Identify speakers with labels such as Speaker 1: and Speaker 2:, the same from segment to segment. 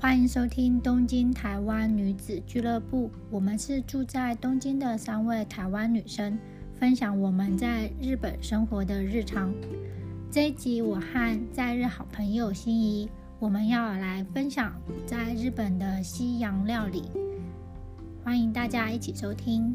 Speaker 1: 欢迎收听东京台湾女子俱乐部。我们是住在东京的三位台湾女生，分享我们在日本生活的日常。这一集我和在日好朋友心仪，我们要来分享在日本的西洋料理。欢迎大家一起收听。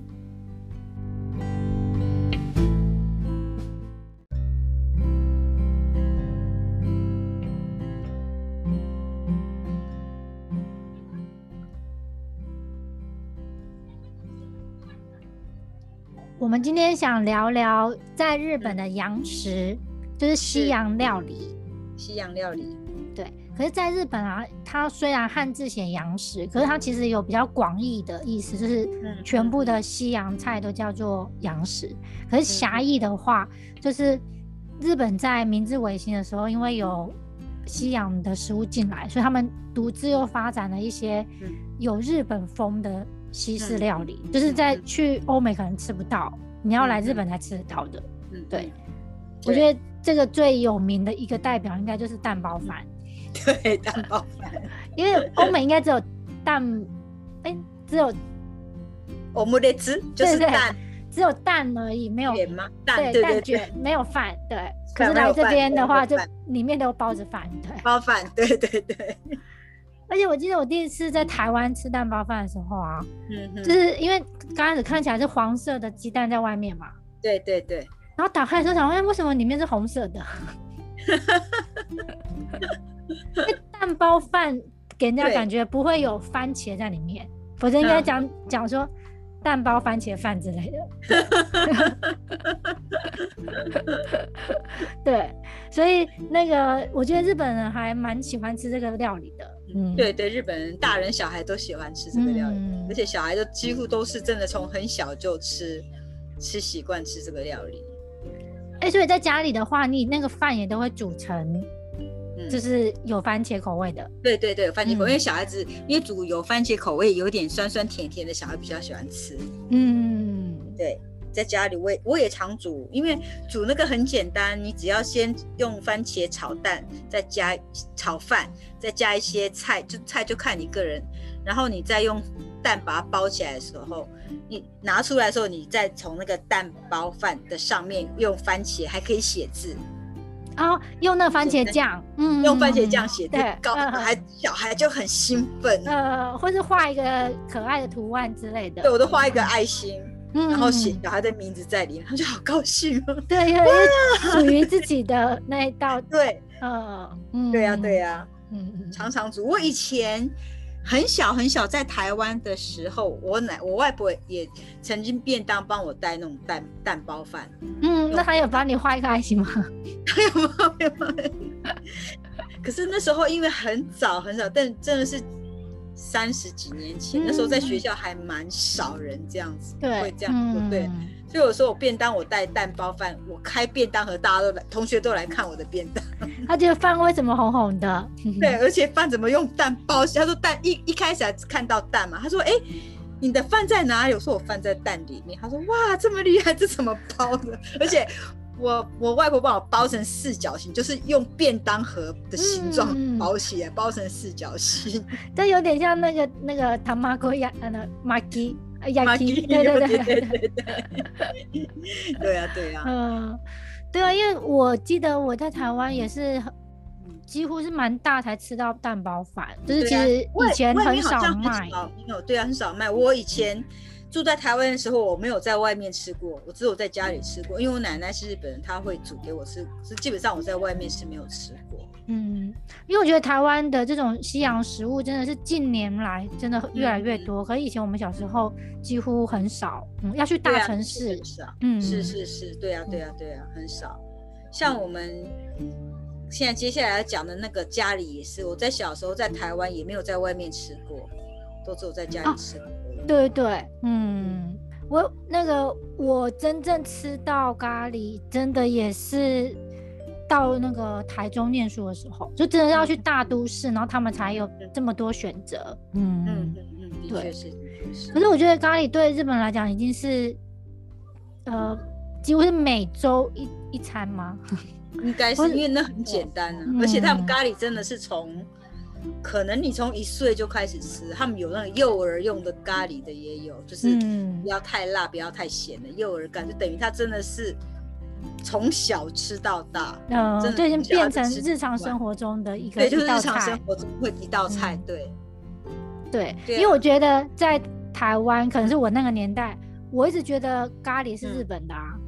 Speaker 1: 我们今天想聊聊在日本的洋食，就是西
Speaker 2: 是
Speaker 1: 洋料理。
Speaker 2: 西洋料理。
Speaker 1: 对，可是在日本啊，它虽然汉字写洋食，可是它其实有比较广义的意思，就是
Speaker 2: 嗯嗯
Speaker 1: 全部的西洋菜都叫做洋食。可是狭义的话，就是日本在明治维新的时候，因为有西洋的食物进来，所以他们独自又发展了一些
Speaker 2: 嗯
Speaker 1: 有日本风的西式
Speaker 2: 嗯
Speaker 1: 料理，就是在
Speaker 2: 嗯嗯
Speaker 1: 去欧美可能吃不到，你要来日
Speaker 2: 嗯嗯
Speaker 1: 本才吃得到的。
Speaker 2: 嗯，
Speaker 1: 对我
Speaker 2: 对
Speaker 1: 觉得这个最有名的一个代表应该就是蛋包饭。
Speaker 2: 对，蛋
Speaker 1: 嗯
Speaker 2: 包饭。
Speaker 1: 因为欧美应该只有蛋，哎、只有
Speaker 2: 我们的吃就是
Speaker 1: 对对
Speaker 2: 蛋
Speaker 1: 只有蛋而已，没有
Speaker 2: 卷吗？蛋，对对
Speaker 1: 蛋
Speaker 2: 对，
Speaker 1: 卷，没有饭，对。可
Speaker 2: 饭
Speaker 1: 是
Speaker 2: 没有
Speaker 1: 来这
Speaker 2: 饭
Speaker 1: 边的
Speaker 2: 对
Speaker 1: 话，
Speaker 2: 没有
Speaker 1: 就
Speaker 2: 饭
Speaker 1: 里面都包着饭，对。
Speaker 2: 包饭，对对对。
Speaker 1: 而且我记得我第一次在台湾吃蛋包饭的时候啊，
Speaker 2: 嗯
Speaker 1: 就
Speaker 2: 嗯，
Speaker 1: 是因为刚开始看起来是黄色的鸡蛋在外面嘛，
Speaker 2: 对对对，
Speaker 1: 然后打开的时候想说，哎，为什么里面是红色 的？因为蛋包饭给人家
Speaker 2: 对
Speaker 1: 感觉不会有番茄在里面，否则应该
Speaker 2: 嗯
Speaker 1: 讲讲说蛋包番茄饭之类的。 对，所以那个我觉得日本人还蛮喜欢吃这个料理的。嗯，
Speaker 2: 对对，日本人大人小孩都喜欢吃这个料理，
Speaker 1: 嗯
Speaker 2: 而且小孩都几乎都是真的从很小就吃，吃习惯吃这个料理。
Speaker 1: 哎、所以在家里的话，你那个饭也都会煮成
Speaker 2: 嗯，
Speaker 1: 就是有番茄口味的。
Speaker 2: 对对对，有番茄口味，
Speaker 1: 嗯
Speaker 2: 因为小孩子因为煮有番茄口味，有点酸酸甜甜的，小孩比较喜欢吃。
Speaker 1: 嗯，
Speaker 2: 对，在家里我也我也常煮，因为煮那个很简单，你只要先用番茄炒蛋，再加炒饭，再加一些菜，就菜就看你个人，然后你再用蛋把它包起来的时候，你拿出来的时候，你再从那个蛋包饭的上面用番茄还可以写字，
Speaker 1: 然后哦用那番茄酱，嗯，
Speaker 2: 用番茄酱写字
Speaker 1: 对，，
Speaker 2: 高
Speaker 1: 呃
Speaker 2: 还小孩就很兴奋，
Speaker 1: 呃，或是画一个可爱的图案之类的，
Speaker 2: 对我都画一个爱心，
Speaker 1: 嗯，
Speaker 2: 然后写
Speaker 1: 嗯
Speaker 2: 小孩的名字在里面，他就好高兴哦。
Speaker 1: 对，因为属于自己的那一道，
Speaker 2: 对
Speaker 1: 呃，嗯，
Speaker 2: 对呀、对，啊呀、
Speaker 1: 嗯嗯
Speaker 2: 常常煮。我以前很小很小在台湾的时候，我奶我外婆也曾经便当帮我带那种蛋蛋包饭，
Speaker 1: 嗯，那他有帮你画一个爱心吗？
Speaker 2: 没有没有没有。可是那时候因为很早很早，但真的是三十几年前，
Speaker 1: 嗯
Speaker 2: 那时候在学校还蛮少人这样子
Speaker 1: 对，
Speaker 2: 会这样做，
Speaker 1: 嗯
Speaker 2: 对。所以我说我便当我带蛋包饭，我开便当盒，大家都来，同学都来看我的便当。
Speaker 1: 他觉得啊饭为什么红红的？
Speaker 2: 对，而且饭怎么用蛋包？他说蛋一一开始还只看到蛋嘛，他说哎、诶你的饭在哪里？我说我饭在蛋里面。他说哇，这么厉害，这怎么包的？而且我我外婆帮我包成四角形，就是用便当盒的形状
Speaker 1: 嗯
Speaker 2: 包起来，包成四角形。
Speaker 1: 这有点像那个那个唐妈锅亚呃那马吉亚
Speaker 2: 妈
Speaker 1: 吉，
Speaker 2: 咪
Speaker 1: 对对
Speaker 2: 对
Speaker 1: 对对对。
Speaker 2: 对对，对 啊对啊，
Speaker 1: 嗯，对啊，因为我记得我在台湾也是
Speaker 2: 嗯
Speaker 1: 很几乎是蛮大才吃到蛋包饭，就是
Speaker 2: 对
Speaker 1: 其
Speaker 2: 啊
Speaker 1: 实
Speaker 2: 我也
Speaker 1: 以前
Speaker 2: 我也
Speaker 1: 很
Speaker 2: 没有
Speaker 1: 少
Speaker 2: 这样
Speaker 1: 卖
Speaker 2: 很。少没有对啊，很少卖。我以前住在台湾的时候，我没有在外面吃过，我只有在家里吃过，因为我奶奶是日本人，她会煮给我吃，是基本上我在外面是没有吃过。
Speaker 1: 嗯，因为我觉得台湾的这种西洋食物真的是近年来真的越来越
Speaker 2: 嗯嗯
Speaker 1: 多，可是以前我们小时候几乎很少，嗯，要去
Speaker 2: 对
Speaker 1: 大
Speaker 2: 啊
Speaker 1: 城市
Speaker 2: 很，少，
Speaker 1: 嗯，
Speaker 2: 是，是是，对啊对啊对啊，很少。像我们现在接下来要讲的那个家里也是，我在小时候在台湾也没有在外面吃过，都只有在家
Speaker 1: 啊
Speaker 2: 里吃过。
Speaker 1: 对对，嗯，我那个我真正吃到咖喱，真的也是到那个台中念书的时候，就真的要
Speaker 2: 嗯
Speaker 1: 去大都市，然后他们才有这么多选择，嗯
Speaker 2: 嗯嗯嗯，的
Speaker 1: 对
Speaker 2: 确是，的确是
Speaker 1: 可。是我觉得咖喱对日本来讲已经是，呃，几乎是每周一一餐吗？
Speaker 2: 应该
Speaker 1: 或
Speaker 2: 是
Speaker 1: 者
Speaker 2: 因为那很简单啊，
Speaker 1: 嗯
Speaker 2: 而且他们咖喱真的是从可能你从一岁就开始吃，他们有那种幼儿用的咖喱的也有，就是
Speaker 1: 嗯
Speaker 2: 不，要太辣，不要太咸的幼儿感，就等于他真的是从小吃到大，
Speaker 1: 嗯，
Speaker 2: 真的
Speaker 1: 就已经
Speaker 2: 从小
Speaker 1: 变
Speaker 2: 就
Speaker 1: 成
Speaker 2: 吃
Speaker 1: 日常
Speaker 2: 惯
Speaker 1: 生活中的一个
Speaker 2: 对，就是
Speaker 1: 一道
Speaker 2: 日常
Speaker 1: 菜
Speaker 2: 生。活中会一道菜，
Speaker 1: 嗯
Speaker 2: 对，
Speaker 1: 对，
Speaker 2: 对
Speaker 1: 因为
Speaker 2: 啊
Speaker 1: 我觉得在台湾，可能是我那个年代，我一直觉得咖喱是日
Speaker 2: 嗯
Speaker 1: 本的啊，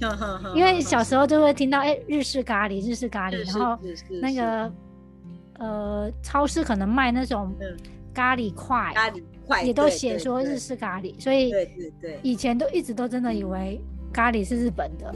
Speaker 2: 哼哼哼
Speaker 1: 因为
Speaker 2: 哼
Speaker 1: 小时候就会听到哎、日式咖喱，日式咖喱，
Speaker 2: 是
Speaker 1: 然后
Speaker 2: 是是是
Speaker 1: 那
Speaker 2: 是
Speaker 1: 个呃超市可能卖那种
Speaker 2: 嗯
Speaker 1: 咖喱块，
Speaker 2: 咖喱块
Speaker 1: 也都
Speaker 2: 对
Speaker 1: 写
Speaker 2: 对
Speaker 1: 说
Speaker 2: 对
Speaker 1: 日式咖喱，所以
Speaker 2: 对对对
Speaker 1: 以前都一直都真的以为咖喱是日本的。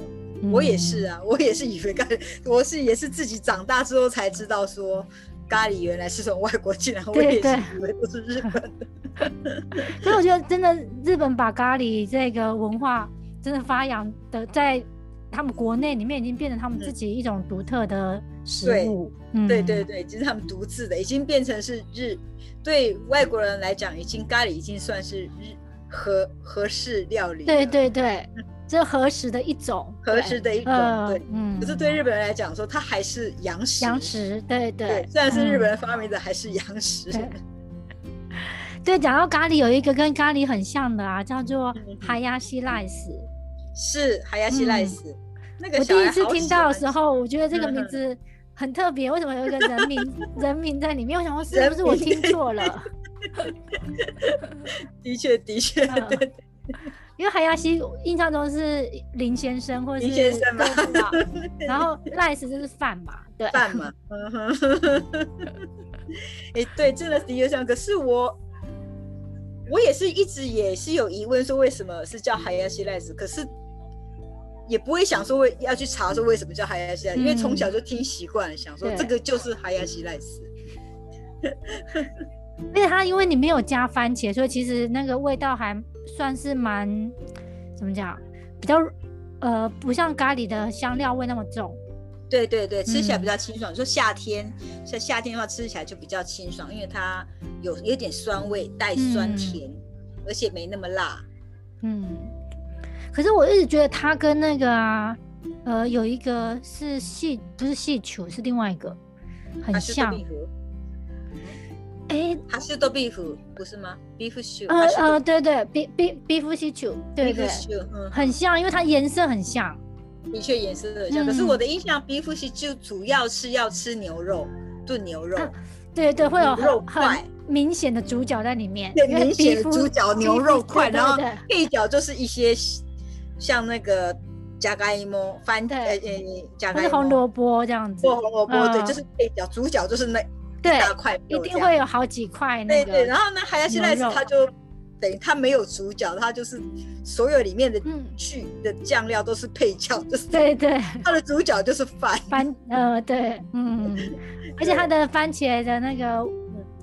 Speaker 2: 我也
Speaker 1: 嗯
Speaker 2: 是啊，我也是以为咖喱， 我是也是自己长大之后才知道说咖喱原来是从外国进来，我
Speaker 1: 对
Speaker 2: 也
Speaker 1: 对
Speaker 2: 是以为都是日本 的。
Speaker 1: 所以我觉得真的日本把咖喱这个文化真的发扬的在他们国内里面已经变成他们自己一种独特的食物。嗯，
Speaker 2: 嗯对对对，就是他们独自的，已经变成是日，对外国人来讲，已经咖喱已经算是日合合适料理了，
Speaker 1: 对对对，这和食的一种，
Speaker 2: 合适的一
Speaker 1: 一
Speaker 2: 种。对，
Speaker 1: 嗯
Speaker 2: 可是对日本人来讲说，它还是洋食。
Speaker 1: 洋食，对
Speaker 2: 对
Speaker 1: 对，，
Speaker 2: 虽然是日
Speaker 1: 嗯
Speaker 2: 本人发明的，还是洋食。
Speaker 1: 对 对，讲到咖喱，有一个跟咖喱很像的啊，叫做
Speaker 2: 嗯嗯
Speaker 1: 海鸭西赖斯。
Speaker 2: 是海牙西赖
Speaker 1: 嗯
Speaker 2: 斯。那个
Speaker 1: 我
Speaker 2: 小
Speaker 1: 第一
Speaker 2: 孩
Speaker 1: 次
Speaker 2: 好
Speaker 1: 听
Speaker 2: 喜
Speaker 1: 到的
Speaker 2: 欢
Speaker 1: 时候，我觉得这个名
Speaker 2: 嗯
Speaker 1: 字很特别，为什么有一个人 名人名在里面？我想说是
Speaker 2: 人
Speaker 1: 不是我
Speaker 2: 名
Speaker 1: 听错了？
Speaker 2: 的确，的确，
Speaker 1: 嗯
Speaker 2: 对对
Speaker 1: 因为海牙西印象中是林先生或者
Speaker 2: 林
Speaker 1: 是
Speaker 2: 先生嘛
Speaker 1: 豆腐 脑然后赖斯就是饭嘛，对，
Speaker 2: 饭嘛， 嗯哼，哎、对，真的的确像。可是我，我也是一直也是有疑问，说为什么是叫海牙西赖斯？可是也不会想说为要去查说为什么叫海牙西赖斯，因为从小就听习惯了，想说
Speaker 1: 嗯对
Speaker 2: 这个就是海牙西赖斯。
Speaker 1: 而且它因为你没有加番茄，所以其实那个味道还算是蛮怎么讲，比较呃不像咖喱的香料味那么重，
Speaker 2: 对对对，吃起来
Speaker 1: 嗯
Speaker 2: 比较清爽。说夏天，像夏天的话，吃起来就比较清爽，因为它有有点酸味，带酸
Speaker 1: 嗯
Speaker 2: 甜，而且没那么辣。
Speaker 1: 嗯。可是我一直觉得它跟那个啊，呃，有一个是细不是细球，是另外一个很
Speaker 2: 它啊是豆
Speaker 1: 像
Speaker 2: 壁，糊，
Speaker 1: 哎、
Speaker 2: 它是豆壁糊，不是吗？Beef stew，
Speaker 1: 呃
Speaker 2: 它是
Speaker 1: 呃，对对，比比比夫西球，对
Speaker 2: beef
Speaker 1: 对。
Speaker 2: stew，嗯，
Speaker 1: 很像，因为它颜色很像。
Speaker 2: 的确颜色很像。可是
Speaker 1: 嗯
Speaker 2: 我的印象，beef stew 就主要是要吃牛肉，炖牛肉，
Speaker 1: 啊对对，会有
Speaker 2: 牛肉
Speaker 1: 很
Speaker 2: 块
Speaker 1: 很明显的主角在里面，
Speaker 2: 对
Speaker 1: 因为
Speaker 2: 明显
Speaker 1: 皮
Speaker 2: 的
Speaker 1: 肤
Speaker 2: 猪脚牛肉块，
Speaker 1: 皮肤对
Speaker 2: 然后
Speaker 1: 对对
Speaker 2: 配角就是一些像那个加盖伊莫番
Speaker 1: 对
Speaker 2: 呃呃加
Speaker 1: 或
Speaker 2: 盖
Speaker 1: 是
Speaker 2: 伊
Speaker 1: 红
Speaker 2: 莫
Speaker 1: 萝卜这样子，
Speaker 2: 或红萝卜，对，
Speaker 1: 嗯
Speaker 2: 就是配角，主角就是那一
Speaker 1: 对，
Speaker 2: 大块
Speaker 1: 一
Speaker 2: 肉这
Speaker 1: 定
Speaker 2: 样
Speaker 1: 会有好几块那
Speaker 2: 对
Speaker 1: 个。
Speaker 2: 对，然后呢，海牙西赖斯
Speaker 1: 牛肉
Speaker 2: 他就等于他没有主角，他就是所有里面的
Speaker 1: 嗯
Speaker 2: 剧的酱料都是配角，就是
Speaker 1: 对对，
Speaker 2: 他的主角就是饭。
Speaker 1: 番呃对，嗯， 而且它的番茄的那个呃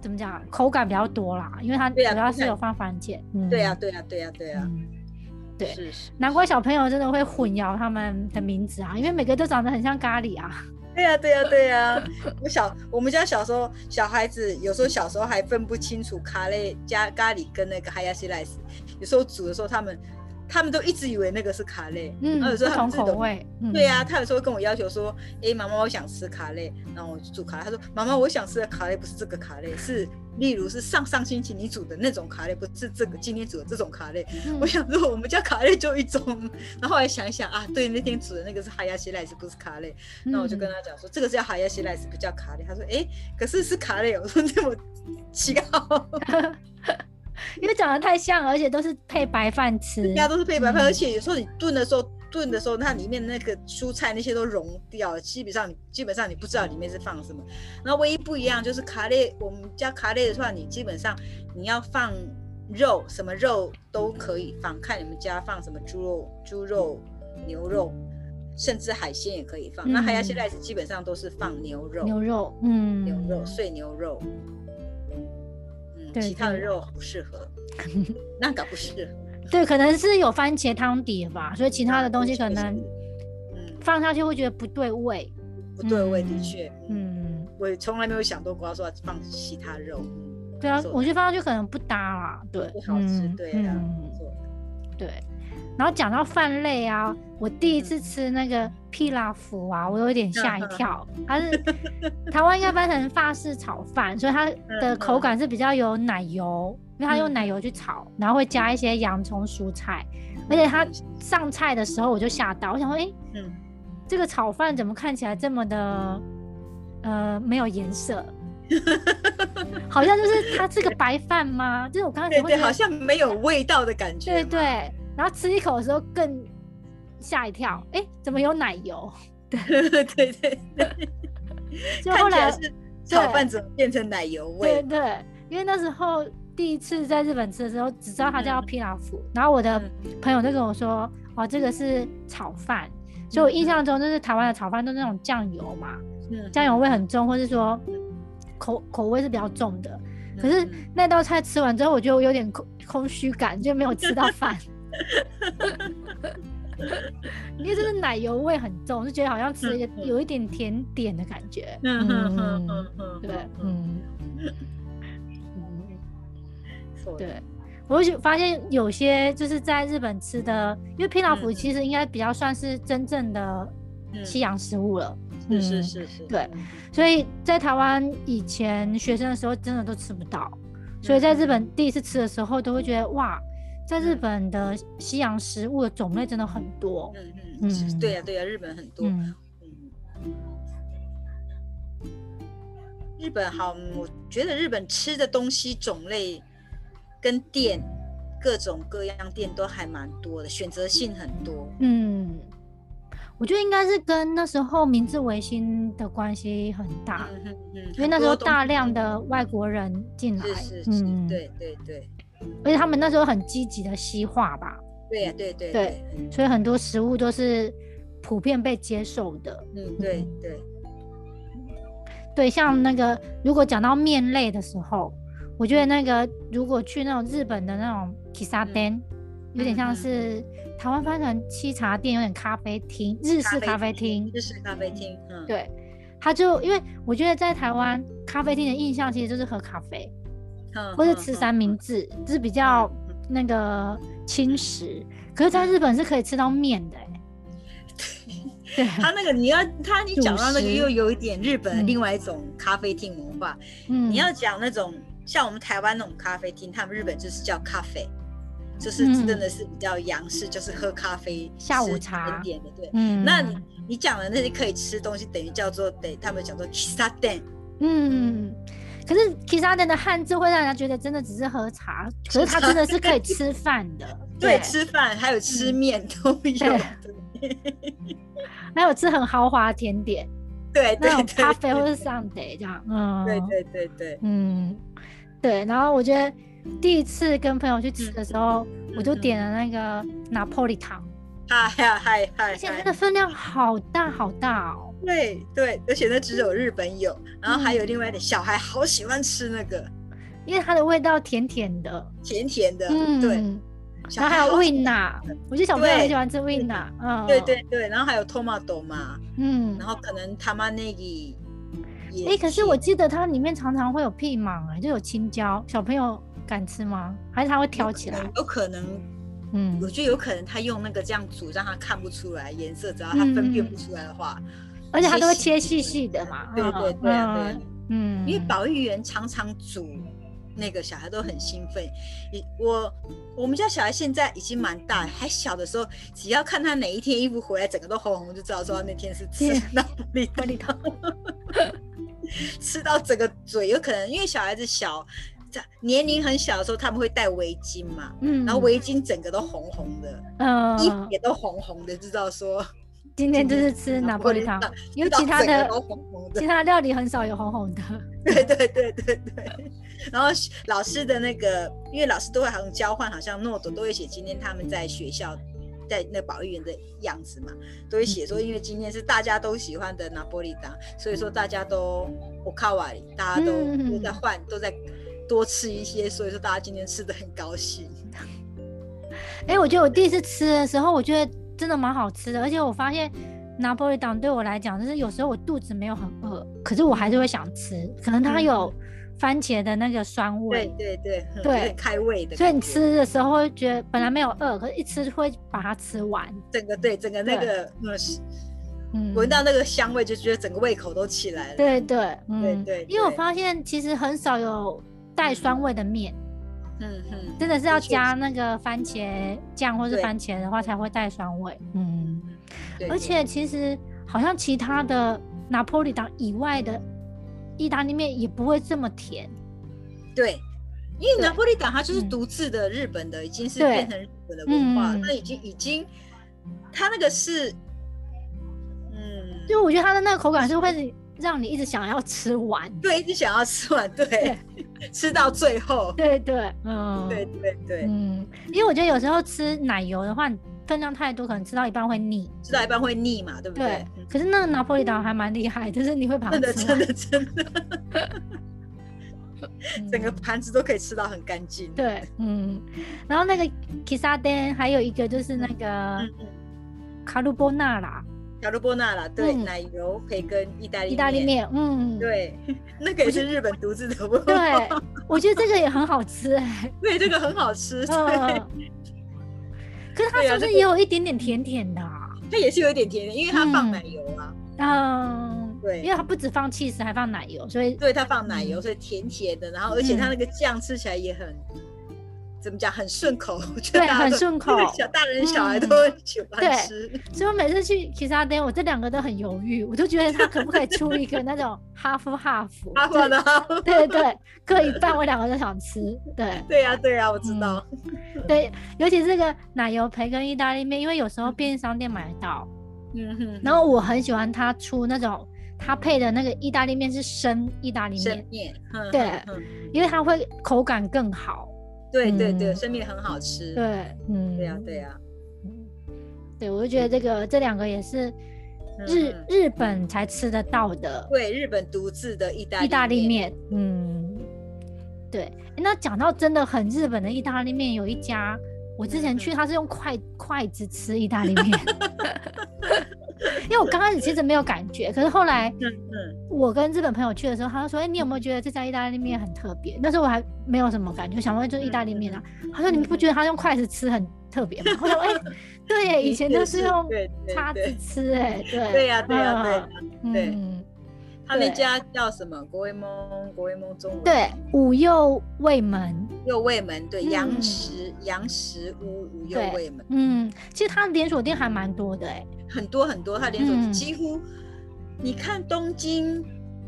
Speaker 1: 怎么讲，口感比较多啦，因为它主
Speaker 2: 对啊
Speaker 1: 要
Speaker 2: 口
Speaker 1: 是
Speaker 2: 感
Speaker 1: 有放番茄。嗯
Speaker 2: 对呀、啊对呀、对呀、对呀、
Speaker 1: 嗯对
Speaker 2: 是是，
Speaker 1: 难怪小朋友真的会混淆他们的名字啊，因为每个都长得很像咖喱啊。
Speaker 2: 对呀、对呀、对呀、 我小我们家小时候小孩子有时候小时候还分不清楚咖喱加咖喱跟那个海牙西莱斯，有时候煮的时候他们他们都一直以为那个是咖喱，
Speaker 1: 嗯，
Speaker 2: 然后有
Speaker 1: 不
Speaker 2: 时候他
Speaker 1: 同
Speaker 2: 们自己
Speaker 1: 口
Speaker 2: 都。
Speaker 1: 味。嗯
Speaker 2: 啊对啊呀、他有时候跟我要求说：“诶，妈妈，我想吃卡类。”然后我就煮卡类。他说：“妈妈，我想吃的卡类不是这个卡类，是例如是上上星期你煮的那种卡类，不是这个今天煮的这种卡类。”
Speaker 1: 嗯
Speaker 2: 我想说，我们家卡类就一种。然后后来想一想啊，对，那天煮的那个是海牙西莱斯，不是卡类。那我就跟
Speaker 1: 嗯
Speaker 2: 他讲说，这个叫海牙西莱斯，不叫卡类。他说：“诶，可是是卡哦类。”我说：“那么奇怪，
Speaker 1: 因为长得太像，而且都是配白饭吃
Speaker 2: 大。家都是配白饭，
Speaker 1: 嗯
Speaker 2: 而且有时候你炖的时候。”炖的时候，它里面那个蔬菜那些都融掉了，基本上你基本上你不知道里面是放什么。那唯一不一样就是卡类，我们家卡类的话，你基本上你要放肉，什么肉都可以放，看你们家放什么猪肉、猪肉、牛肉，甚至海鲜也可以放。那海牙西
Speaker 1: 嗯
Speaker 2: 赖斯基本上都是放牛肉，
Speaker 1: 牛肉，嗯，
Speaker 2: 牛肉、碎牛肉，嗯，
Speaker 1: 对
Speaker 2: 其他的
Speaker 1: 对
Speaker 2: 肉不适 合，那个不适合，
Speaker 1: 对，可能是有番茄汤底吧，所以其
Speaker 2: 啊
Speaker 1: 他的东西可能
Speaker 2: 嗯
Speaker 1: 放下去会觉得不对味。
Speaker 2: 不对味，的
Speaker 1: 嗯
Speaker 2: 确，嗯，
Speaker 1: 嗯，
Speaker 2: 我从来没有想到过要说放其他肉，
Speaker 1: 对啊
Speaker 2: 没，错
Speaker 1: 我觉得放下去可能不搭啦，对，
Speaker 2: 不好吃，
Speaker 1: 嗯
Speaker 2: 对啊，没
Speaker 1: 嗯
Speaker 2: 错
Speaker 1: 对。然后讲到饭类啊，我第一次吃那个屁拉福啊，我有点吓一跳。它是 台湾应该翻成法式炒饭，所以它的口感是比较有奶油，因为它用奶油去炒，然后会加一些洋葱、蔬菜。而且它上菜的时候我就吓到，我想说，哎、
Speaker 2: 嗯
Speaker 1: 这个炒饭怎么看起来这么的呃没有颜色？好像就是它是个白饭吗？就是我刚开
Speaker 2: 对
Speaker 1: 始会
Speaker 2: 对，
Speaker 1: 觉得
Speaker 2: 好像没有味道的感觉。
Speaker 1: 对对，然后吃一口的时候更吓一跳，哎、怎么有奶 油？
Speaker 2: 对对对，
Speaker 1: 就后
Speaker 2: 看起
Speaker 1: 来
Speaker 2: 来是炒饭怎么变成奶油
Speaker 1: 对
Speaker 2: 味？
Speaker 1: 对，因为那时候第一次在日本吃的时候，只知道它叫皮拉夫，然后我的
Speaker 2: 嗯
Speaker 1: 朋友就跟我说，哦，这个是炒饭，所以我印象中就是台湾的炒饭都是那种酱油嘛，
Speaker 2: 嗯，
Speaker 1: 酱油味很重，或是说口口味是比较重的。可是
Speaker 2: 嗯
Speaker 1: 那道菜吃完之后，我觉得我有点空空虚感，就没有吃到 饭。因为真的奶油味很重，就觉得好像吃了一个
Speaker 2: 嗯嗯
Speaker 1: 有一点甜点的感觉。
Speaker 2: 嗯嗯嗯嗯嗯，
Speaker 1: 对，
Speaker 2: 嗯，
Speaker 1: 嗯，
Speaker 2: 错的
Speaker 1: 对。我就发现有些就是在日本吃的，因为拼老
Speaker 2: 嗯
Speaker 1: 福
Speaker 2: 嗯
Speaker 1: 其实应该比较算是真正的
Speaker 2: 嗯
Speaker 1: 西洋食物了，
Speaker 2: 是是
Speaker 1: 嗯
Speaker 2: 是是，
Speaker 1: 对所以在台湾以前学生的时候真的都吃不到，所以
Speaker 2: 嗯
Speaker 1: 在日本第一次吃的时候都会觉得哇，在日本的西洋食物的种类真的很多。
Speaker 2: 嗯嗯是，对呀对呀，日本很多，
Speaker 1: 嗯，
Speaker 2: 嗯，日本好，嗯我觉得日本吃的东西种类跟店各种各样店都还蛮多的，选择性很多。
Speaker 1: 嗯，我觉得应该是跟那时候明治维新的关系很大，
Speaker 2: 嗯嗯嗯，
Speaker 1: 因为那时候
Speaker 2: 很多东西
Speaker 1: 大量的外国人进来，
Speaker 2: 是是是，
Speaker 1: 嗯，，
Speaker 2: 对对对
Speaker 1: 而且他们那时候很积极的西化吧，
Speaker 2: 对呀对
Speaker 1: 对
Speaker 2: 对对，嗯
Speaker 1: 所以很多食物都是普遍被接受的。
Speaker 2: 嗯对对，
Speaker 1: 对，像那个如果讲到面类的时候，我觉得那个如果去那种日本的那种 kisa den，、有点像
Speaker 2: 嗯
Speaker 1: 是台湾翻成沏茶店，有点咖啡厅，日式咖啡厅。
Speaker 2: 日式咖啡厅，嗯，
Speaker 1: 对，它就因为我觉得在台湾咖啡厅的印象其实就是喝咖啡
Speaker 2: 嗯，
Speaker 1: 或者
Speaker 2: 嗯
Speaker 1: 吃三明，治，就是比较
Speaker 2: 嗯
Speaker 1: 那个轻食。可是，在日本是可以吃到面 的、欸，对，
Speaker 2: 他那个你要他你讲到那
Speaker 1: 主
Speaker 2: 个
Speaker 1: 食
Speaker 2: 又有一点日
Speaker 1: 嗯
Speaker 2: 本另外一种咖啡厅文化，
Speaker 1: 嗯
Speaker 2: 你要讲那种像我们台湾那种咖啡厅，他们日本就是叫咖啡，就是真的是比较洋式，就是喝咖啡、
Speaker 1: 嗯下午
Speaker 2: 吃
Speaker 1: 茶
Speaker 2: 甜点的。对，
Speaker 1: 嗯，
Speaker 2: 那你你讲的那些可以吃东西，等于叫做对他们叫做 kissa den，，
Speaker 1: 嗯，可是 Kisa 的汉字会让人家觉得真的只是喝茶，可是它真的是可以吃饭的
Speaker 2: 对，吃饭还有吃
Speaker 1: 嗯
Speaker 2: 面都有。
Speaker 1: 还有吃很豪华的甜点，
Speaker 2: 对对
Speaker 1: 那
Speaker 2: 对
Speaker 1: 种咖
Speaker 2: 对
Speaker 1: 啡或是 sundae 这样，嗯，
Speaker 2: 对对对对，
Speaker 1: 嗯，对。然后我觉得第一次跟朋友去吃的时候，我就点了那个拿破里糖，
Speaker 2: 嗨呀嗨嗨
Speaker 1: 而且
Speaker 2: 嗨
Speaker 1: 它的，分量好大好大哦，
Speaker 2: 对对，而且那只有日本有，然后还有
Speaker 1: 嗯
Speaker 2: 另外的小孩好喜欢吃那个
Speaker 1: 因为它的味道甜甜的，
Speaker 2: 甜甜的，
Speaker 1: 嗯，
Speaker 2: 对，小
Speaker 1: 然后还
Speaker 2: 孩
Speaker 1: 有
Speaker 2: 好喜
Speaker 1: winna，我觉得小朋友很喜欢吃 winna，嗯，
Speaker 2: 对对，对，然后还有 tomato 嘛，
Speaker 1: 嗯
Speaker 2: 然。后可能他妈那个也，
Speaker 1: 哎、可是我记得它里面常常会有屁芒、哎，就有青椒，小朋友敢吃吗？还是他会挑起来？
Speaker 2: 有可能，
Speaker 1: 嗯
Speaker 2: 我，觉得有可能他用那个这样煮，让他看不出来颜色，只要他分辨不出来的话，
Speaker 1: 嗯而且它都会切
Speaker 2: 切细
Speaker 1: 细
Speaker 2: 细
Speaker 1: 细的嘛。
Speaker 2: 对对对啊对啊
Speaker 1: 嗯，嗯，
Speaker 2: 因为保育员常常煮。那个小孩都很兴奋，你我我们家小孩现在已经蛮大了，还小的时候，只要看他哪一天衣服回来，整个都红红，就知道说那天是吃
Speaker 1: 对
Speaker 2: 那不利
Speaker 1: 玻璃糖，
Speaker 2: 吃到整个嘴，有可能因为小孩子小，在年龄很小的时候，他们会戴围巾嘛，
Speaker 1: 嗯，
Speaker 2: 然后围巾整个都红红的，
Speaker 1: 嗯，
Speaker 2: 衣服也都红红的，知道说
Speaker 1: 今天就是 吃拿破里糖，因为其他
Speaker 2: 知道整个
Speaker 1: 的
Speaker 2: 都红红
Speaker 1: 其
Speaker 2: 的，
Speaker 1: 他料理很少有红红的。
Speaker 2: 对对对对对。然后老师的那个，因为老师都会好像交换，好像诺朵都会写今天他们在学校。在那保育员的样子嘛，都会写说，因为今天是大家都喜欢的拿玻璃糖，所以说大家都我卡瓦里，大家都
Speaker 1: 嗯
Speaker 2: 都在换，都在多吃一些，所以说大家今天吃的很高兴。
Speaker 1: 哎、我觉得我第一次吃的时候，我觉得真的蛮好吃的，而且我发现拿破里糖对我来讲，就是有时候我肚子没有很饿，可是我还是会想吃，可能它有番茄的那个酸
Speaker 2: 嗯对
Speaker 1: 味。
Speaker 2: 对对，嗯
Speaker 1: 对
Speaker 2: 有点开胃的感觉，
Speaker 1: 所以你吃的时候会觉得本来没有饿，可是一吃会把它吃完。
Speaker 2: 整个对整个那
Speaker 1: 对
Speaker 2: 个嗯，是
Speaker 1: 嗯，
Speaker 2: 闻到那个香味就觉得整个胃口都起来了。
Speaker 1: 对对，嗯
Speaker 2: 对
Speaker 1: 因为我
Speaker 2: 对
Speaker 1: 发现其实很少有带酸味的面，
Speaker 2: 嗯嗯，
Speaker 1: 真的是要
Speaker 2: 的确
Speaker 1: 加那个番茄酱或是
Speaker 2: 对
Speaker 1: 番茄的话才会带酸味。嗯，
Speaker 2: 对
Speaker 1: 而且其实好像其他的拿破里党以外的意大利面也不会这么甜。
Speaker 2: 对，因为
Speaker 1: 对
Speaker 2: 拿破利党它就是
Speaker 1: 嗯
Speaker 2: 独自的日本的，已经是
Speaker 1: 对
Speaker 2: 变成日本的文化，
Speaker 1: 嗯
Speaker 2: 那已经已经，它那个是，嗯，
Speaker 1: 就我觉得它的那个口感是会让你一直想要吃完。
Speaker 2: 对，一直想要吃完，对， 吃到最后，
Speaker 1: 对对，嗯，
Speaker 2: 对对对，
Speaker 1: 嗯，因为我觉得有时候吃奶油的话，分量太多，可能吃到一半会腻。
Speaker 2: 吃到一半会腻嘛，对不
Speaker 1: 对
Speaker 2: 对？嗯，
Speaker 1: 可是那个拿破里岛还蛮厉害，就是你会把它
Speaker 2: 真的
Speaker 1: 吃完
Speaker 2: 真的真的，整个
Speaker 1: 嗯
Speaker 2: 盘子都可以吃到很干净。
Speaker 1: 对，嗯，然后那个 k i s a d e n 还有一个就是那个
Speaker 2: 嗯嗯，
Speaker 1: 卡鲁波纳啦，
Speaker 2: 卡鲁波纳啦，对，
Speaker 1: 嗯
Speaker 2: 奶油培根意大利
Speaker 1: 意大利，面，嗯，
Speaker 2: 对， 那个也是日本独自的文
Speaker 1: 对
Speaker 2: 化，，
Speaker 1: 我觉得这个也很好吃哎、
Speaker 2: 对，这个很好吃， 对。
Speaker 1: 嗯，可是它
Speaker 2: 对
Speaker 1: 是
Speaker 2: 啊
Speaker 1: 不
Speaker 2: 这
Speaker 1: 是
Speaker 2: 个
Speaker 1: 也有一点点甜甜的、啊？
Speaker 2: 它也是有一点甜的，因为它放
Speaker 1: 嗯
Speaker 2: 奶油啊，
Speaker 1: 嗯，
Speaker 2: 对
Speaker 1: 因为它不只放 cheese，还放奶油，所以
Speaker 2: 对，它放奶油，
Speaker 1: 嗯
Speaker 2: 所以甜甜的，然后而且它
Speaker 1: 嗯
Speaker 2: 那个酱吃起来也很。怎么讲很顺口，我觉
Speaker 1: 嗯对
Speaker 2: 得大家
Speaker 1: 很
Speaker 2: 都
Speaker 1: 顺口
Speaker 2: 小大人小孩
Speaker 1: 嗯
Speaker 2: 都很喜欢
Speaker 1: 对
Speaker 2: 吃。
Speaker 1: 所以我每次去 k i s a d e n 我这两个都很犹豫，我都觉得它可不可以出一个那 种 half half，
Speaker 2: 阿婆呢？
Speaker 1: 对对对，各一半，我两个都想吃， 对。
Speaker 2: 对呀对啊呀，我知道。
Speaker 1: 对，尤其这个奶油培根意大利面，因为有时候便利商店买得到，
Speaker 2: 嗯哼，
Speaker 1: 然后我很喜欢它出那种它配的那个意大利面是生意大利
Speaker 2: 生
Speaker 1: 面，
Speaker 2: 面，嗯
Speaker 1: 对
Speaker 2: 嗯嗯
Speaker 1: 因为它会口感更好。
Speaker 2: 对对对，
Speaker 1: 嗯
Speaker 2: 生面很好吃。
Speaker 1: 对，嗯，
Speaker 2: 对呀对啊呀，
Speaker 1: 嗯，对我就觉得这个这两个也是
Speaker 2: 嗯
Speaker 1: 日、
Speaker 2: 嗯
Speaker 1: 日本才吃得到的
Speaker 2: 对日本独自的意大
Speaker 1: 意大利
Speaker 2: 面，
Speaker 1: 面，嗯，对。诶那讲到真的很日本的意大利面，有一家我之
Speaker 2: 嗯
Speaker 1: 前去，它是用筷筷子吃意大利面， 因为我刚开始其实没有感觉，可是后来
Speaker 2: 嗯嗯，
Speaker 1: 我跟日本朋友去的时候，他就说：“哎、你有没有觉得这家意大利面很特别？”那时候我还没有什么感觉，想问就是意大利面啊。
Speaker 2: 嗯
Speaker 1: 他说：“你们不觉得他用筷子吃很特别吗？”我想：“哎、对耶，以前都是用
Speaker 2: 对对
Speaker 1: 叉子
Speaker 2: 对
Speaker 1: 吃，哎，对，
Speaker 2: 对呀对呀对呀
Speaker 1: 嗯，
Speaker 2: 对
Speaker 1: 嗯，
Speaker 2: 他那
Speaker 1: 对
Speaker 2: 家叫什么？国威蒙，国威蒙中文
Speaker 1: 对，五右卫门，
Speaker 2: 右卫门对
Speaker 1: 嗯
Speaker 2: 洋食洋食屋五右
Speaker 1: 对
Speaker 2: 卫门
Speaker 1: 嗯，其实它连锁店还蛮多的、哎，
Speaker 2: 很多很多，它连锁
Speaker 1: 嗯
Speaker 2: 几乎，你看东京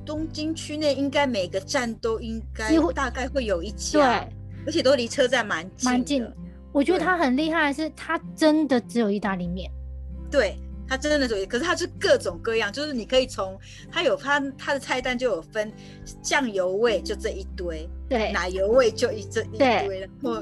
Speaker 2: 东京区内应该每个站都应该
Speaker 1: 几乎
Speaker 2: 大概会有一家，
Speaker 1: 对，
Speaker 2: 而且都离车站蛮近
Speaker 1: 蛮
Speaker 2: 的
Speaker 1: 近。我觉得
Speaker 2: 对
Speaker 1: 它很厉害的是，它真的只有意大利面，
Speaker 2: 对，它真的有，可是它是各种各样，就是你可以从它有它它的菜单就有分酱油味就这一堆，
Speaker 1: 对，
Speaker 2: 奶油味就一这一
Speaker 1: 对
Speaker 2: 堆，然后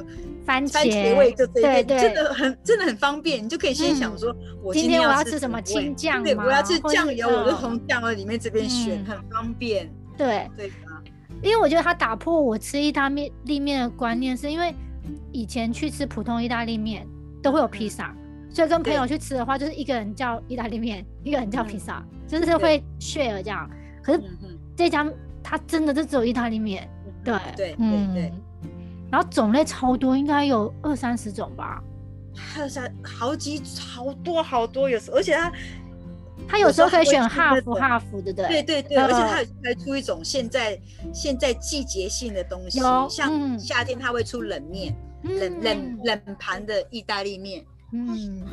Speaker 1: 番
Speaker 2: 番茄味就这一
Speaker 1: 对
Speaker 2: 类，
Speaker 1: 对
Speaker 2: 真的很真的很方便，你就可以先想
Speaker 1: 嗯
Speaker 2: 说，我
Speaker 1: 今
Speaker 2: 天
Speaker 1: 天我
Speaker 2: 要
Speaker 1: 要吃什么
Speaker 2: 味
Speaker 1: 青酱
Speaker 2: 对，
Speaker 1: 吗
Speaker 2: 我要吃
Speaker 1: 或是
Speaker 2: 酱油，我就
Speaker 1: 嗯
Speaker 2: 从酱油里面这边选，
Speaker 1: 嗯
Speaker 2: 很方便，
Speaker 1: 对，
Speaker 2: 对吧？
Speaker 1: 因为我觉得它打破我吃意大利利面的观念，是因为以前去吃普通意大利面都会有披萨，
Speaker 2: 嗯
Speaker 1: 所以跟朋友去吃的话，就是一个人叫意大利面，一个人叫披萨，就是会 share 这样。可是
Speaker 2: 嗯嗯，
Speaker 1: 这家它真的就只有意大利面，对
Speaker 2: 对对
Speaker 1: 嗯
Speaker 2: 对，
Speaker 1: 然后种类超多，应该有二三十种吧。
Speaker 2: 还有啥好几好多好多，有时而且它
Speaker 1: 它有时候可以选
Speaker 2: 有时候还
Speaker 1: half
Speaker 2: 会出那
Speaker 1: half 对不
Speaker 2: 对
Speaker 1: 对？
Speaker 2: 对对，
Speaker 1: 嗯
Speaker 2: 而且它有还出一种现在现在季节性的东西
Speaker 1: 有，嗯
Speaker 2: 像夏天它会出冷面，冷冷冷盘的意大利面，
Speaker 1: 嗯，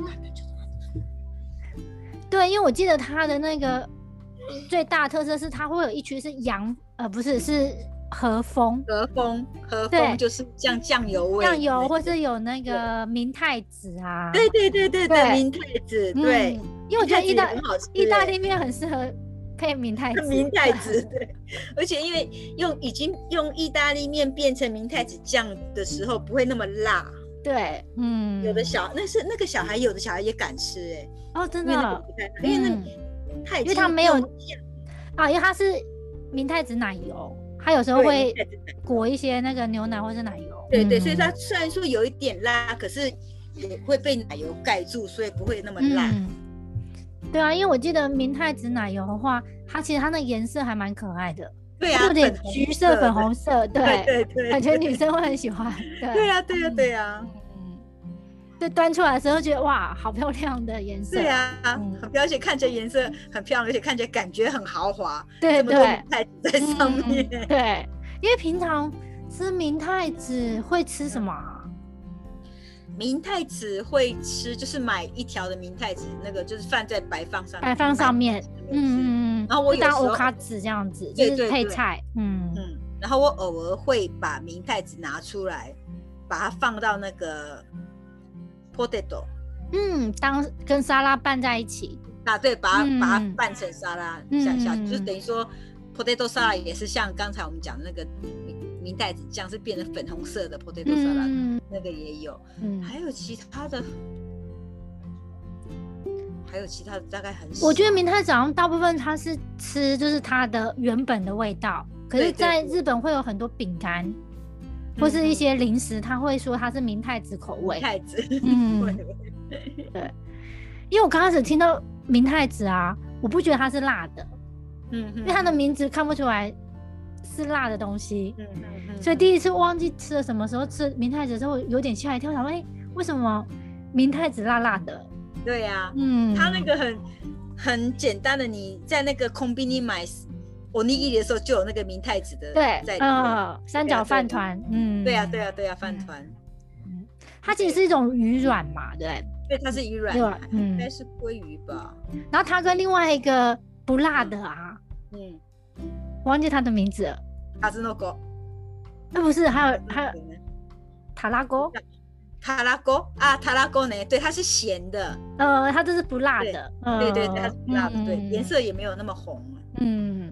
Speaker 1: 对，因为我记得它的那个嗯最大的特色是它会有一区是洋，呃，不是是和风
Speaker 2: 和风和
Speaker 1: 对
Speaker 2: 风就是像酱油味，
Speaker 1: 酱油，或
Speaker 2: 者。
Speaker 1: 是有那个明太子啊。
Speaker 2: 对对对对
Speaker 1: 对
Speaker 2: 对，明太子，对
Speaker 1: 嗯，，因为我觉得意大
Speaker 2: 明太子也很好吃欸
Speaker 1: 意大利面很适合配明太子。
Speaker 2: 明太子，对， 而且因为用已经用意大利面变成明太子酱的时候，不会那么辣。
Speaker 1: 对，嗯，
Speaker 2: 有的小那是那个小孩，有的小孩也敢吃哎，
Speaker 1: 哦，真
Speaker 2: 因为那个
Speaker 1: 的，
Speaker 2: 不太辣，因为那
Speaker 1: 嗯
Speaker 2: 个他已
Speaker 1: 因
Speaker 2: 经
Speaker 1: 为它没有
Speaker 2: 用酱
Speaker 1: 啊，因为它是明太子奶油，它有时候
Speaker 2: 对
Speaker 1: 会
Speaker 2: 明太子奶
Speaker 1: 裹一些那个牛奶或是奶油。
Speaker 2: 对对，所
Speaker 1: 嗯
Speaker 2: 以它虽然说有一点辣，可是也会被奶油盖住，所以不会那么辣。
Speaker 1: 嗯。对啊，因为我记得明太子奶油的话，它其实它那个颜色还蛮可爱的。
Speaker 2: 对啊，
Speaker 1: 有点
Speaker 2: 粉红
Speaker 1: 橘色、粉红色，
Speaker 2: 对
Speaker 1: 对，
Speaker 2: 对对，
Speaker 1: 感觉女生会很喜欢。
Speaker 2: 对
Speaker 1: 对，
Speaker 2: 啊，对啊，对啊，
Speaker 1: 嗯，对，端出来的时候觉得哇，好漂亮的颜色。
Speaker 2: 对，啊，
Speaker 1: 嗯
Speaker 2: 很而且看起来颜色很漂亮，而且看起来感觉很豪华，
Speaker 1: 对
Speaker 2: 这么多
Speaker 1: 哎对
Speaker 2: 明太子在上面。
Speaker 1: 嗯对，因为平常吃明太子会吃什么啊？
Speaker 2: 明太子会吃，就是买一条的明太子，那个就是放在白饭上面，
Speaker 1: 摆放上面，
Speaker 2: 嗯
Speaker 1: 嗯嗯嗯，
Speaker 2: 然后我
Speaker 1: 就
Speaker 2: 有
Speaker 1: 当
Speaker 2: 时
Speaker 1: 欧
Speaker 2: 候
Speaker 1: 卡子这样子，就
Speaker 2: 对
Speaker 1: 是
Speaker 2: 对
Speaker 1: 配
Speaker 2: 对
Speaker 1: 菜，嗯
Speaker 2: 嗯，然后我偶尔会把明太子拿出来，把它放到那个 potato
Speaker 1: 嗯，当跟沙拉拌在一起，
Speaker 2: 啊，对，把它、
Speaker 1: 嗯
Speaker 2: 把它拌成沙拉
Speaker 1: 嗯
Speaker 2: 下下，就是
Speaker 1: 嗯
Speaker 2: 等于说 potato 沙拉也是像刚才我们讲的那个明明太子酱是变成粉红色的 potato 沙拉，
Speaker 1: 嗯
Speaker 2: 那个也有，
Speaker 1: 嗯，
Speaker 2: 还有其他的，还有其他的大概很少，
Speaker 1: 我觉得明太子好像大部分它是吃就是它的原本的味道，可是
Speaker 2: 对对
Speaker 1: 在
Speaker 2: 对
Speaker 1: 日本会有很多饼干或是一
Speaker 2: 嗯
Speaker 1: 些零食，他会说它是明太子口味
Speaker 2: 明，太子，
Speaker 1: 嗯
Speaker 2: 会会
Speaker 1: 因为我刚开始听到明太子啊，我不觉得它是辣的，
Speaker 2: 嗯，因
Speaker 1: 因为它的名字看不出来是辣的东西，
Speaker 2: 嗯嗯嗯，
Speaker 1: 所以第一次忘记吃了什么时候吃明太子的时候，我有点吓一跳，想说哎、诶为什么明太子辣辣的？
Speaker 2: 对呀、
Speaker 1: 嗯，
Speaker 2: 它那个很很简单的，你在那个 c o n v e n i 买我尼伊的时候就有那个明太子的
Speaker 1: 对
Speaker 2: 在，里面。啊
Speaker 1: 呃，三角饭团，嗯，
Speaker 2: 对呀、啊对呀、对呀、饭团，
Speaker 1: 嗯，它其实是一种鱼卵嘛，对不
Speaker 2: 对，它是鱼
Speaker 1: 对，
Speaker 2: 软
Speaker 1: 鱼，卵，
Speaker 2: 应
Speaker 1: 嗯，
Speaker 2: 该是鲑鱼吧？
Speaker 1: 然后它跟另外一个不辣的啊，
Speaker 2: 嗯，
Speaker 1: 我忘记它的名字了，
Speaker 2: 卡兹诺狗，
Speaker 1: 啊不是，还有还有塔拉锅，
Speaker 2: 塔拉狗啊，塔拉狗呢？对，它是咸的，
Speaker 1: 呃，它这是不辣的，
Speaker 2: 对对，
Speaker 1: 呃
Speaker 2: 它是辣的，对，颜，
Speaker 1: 嗯
Speaker 2: 色也没有那么红。
Speaker 1: 嗯，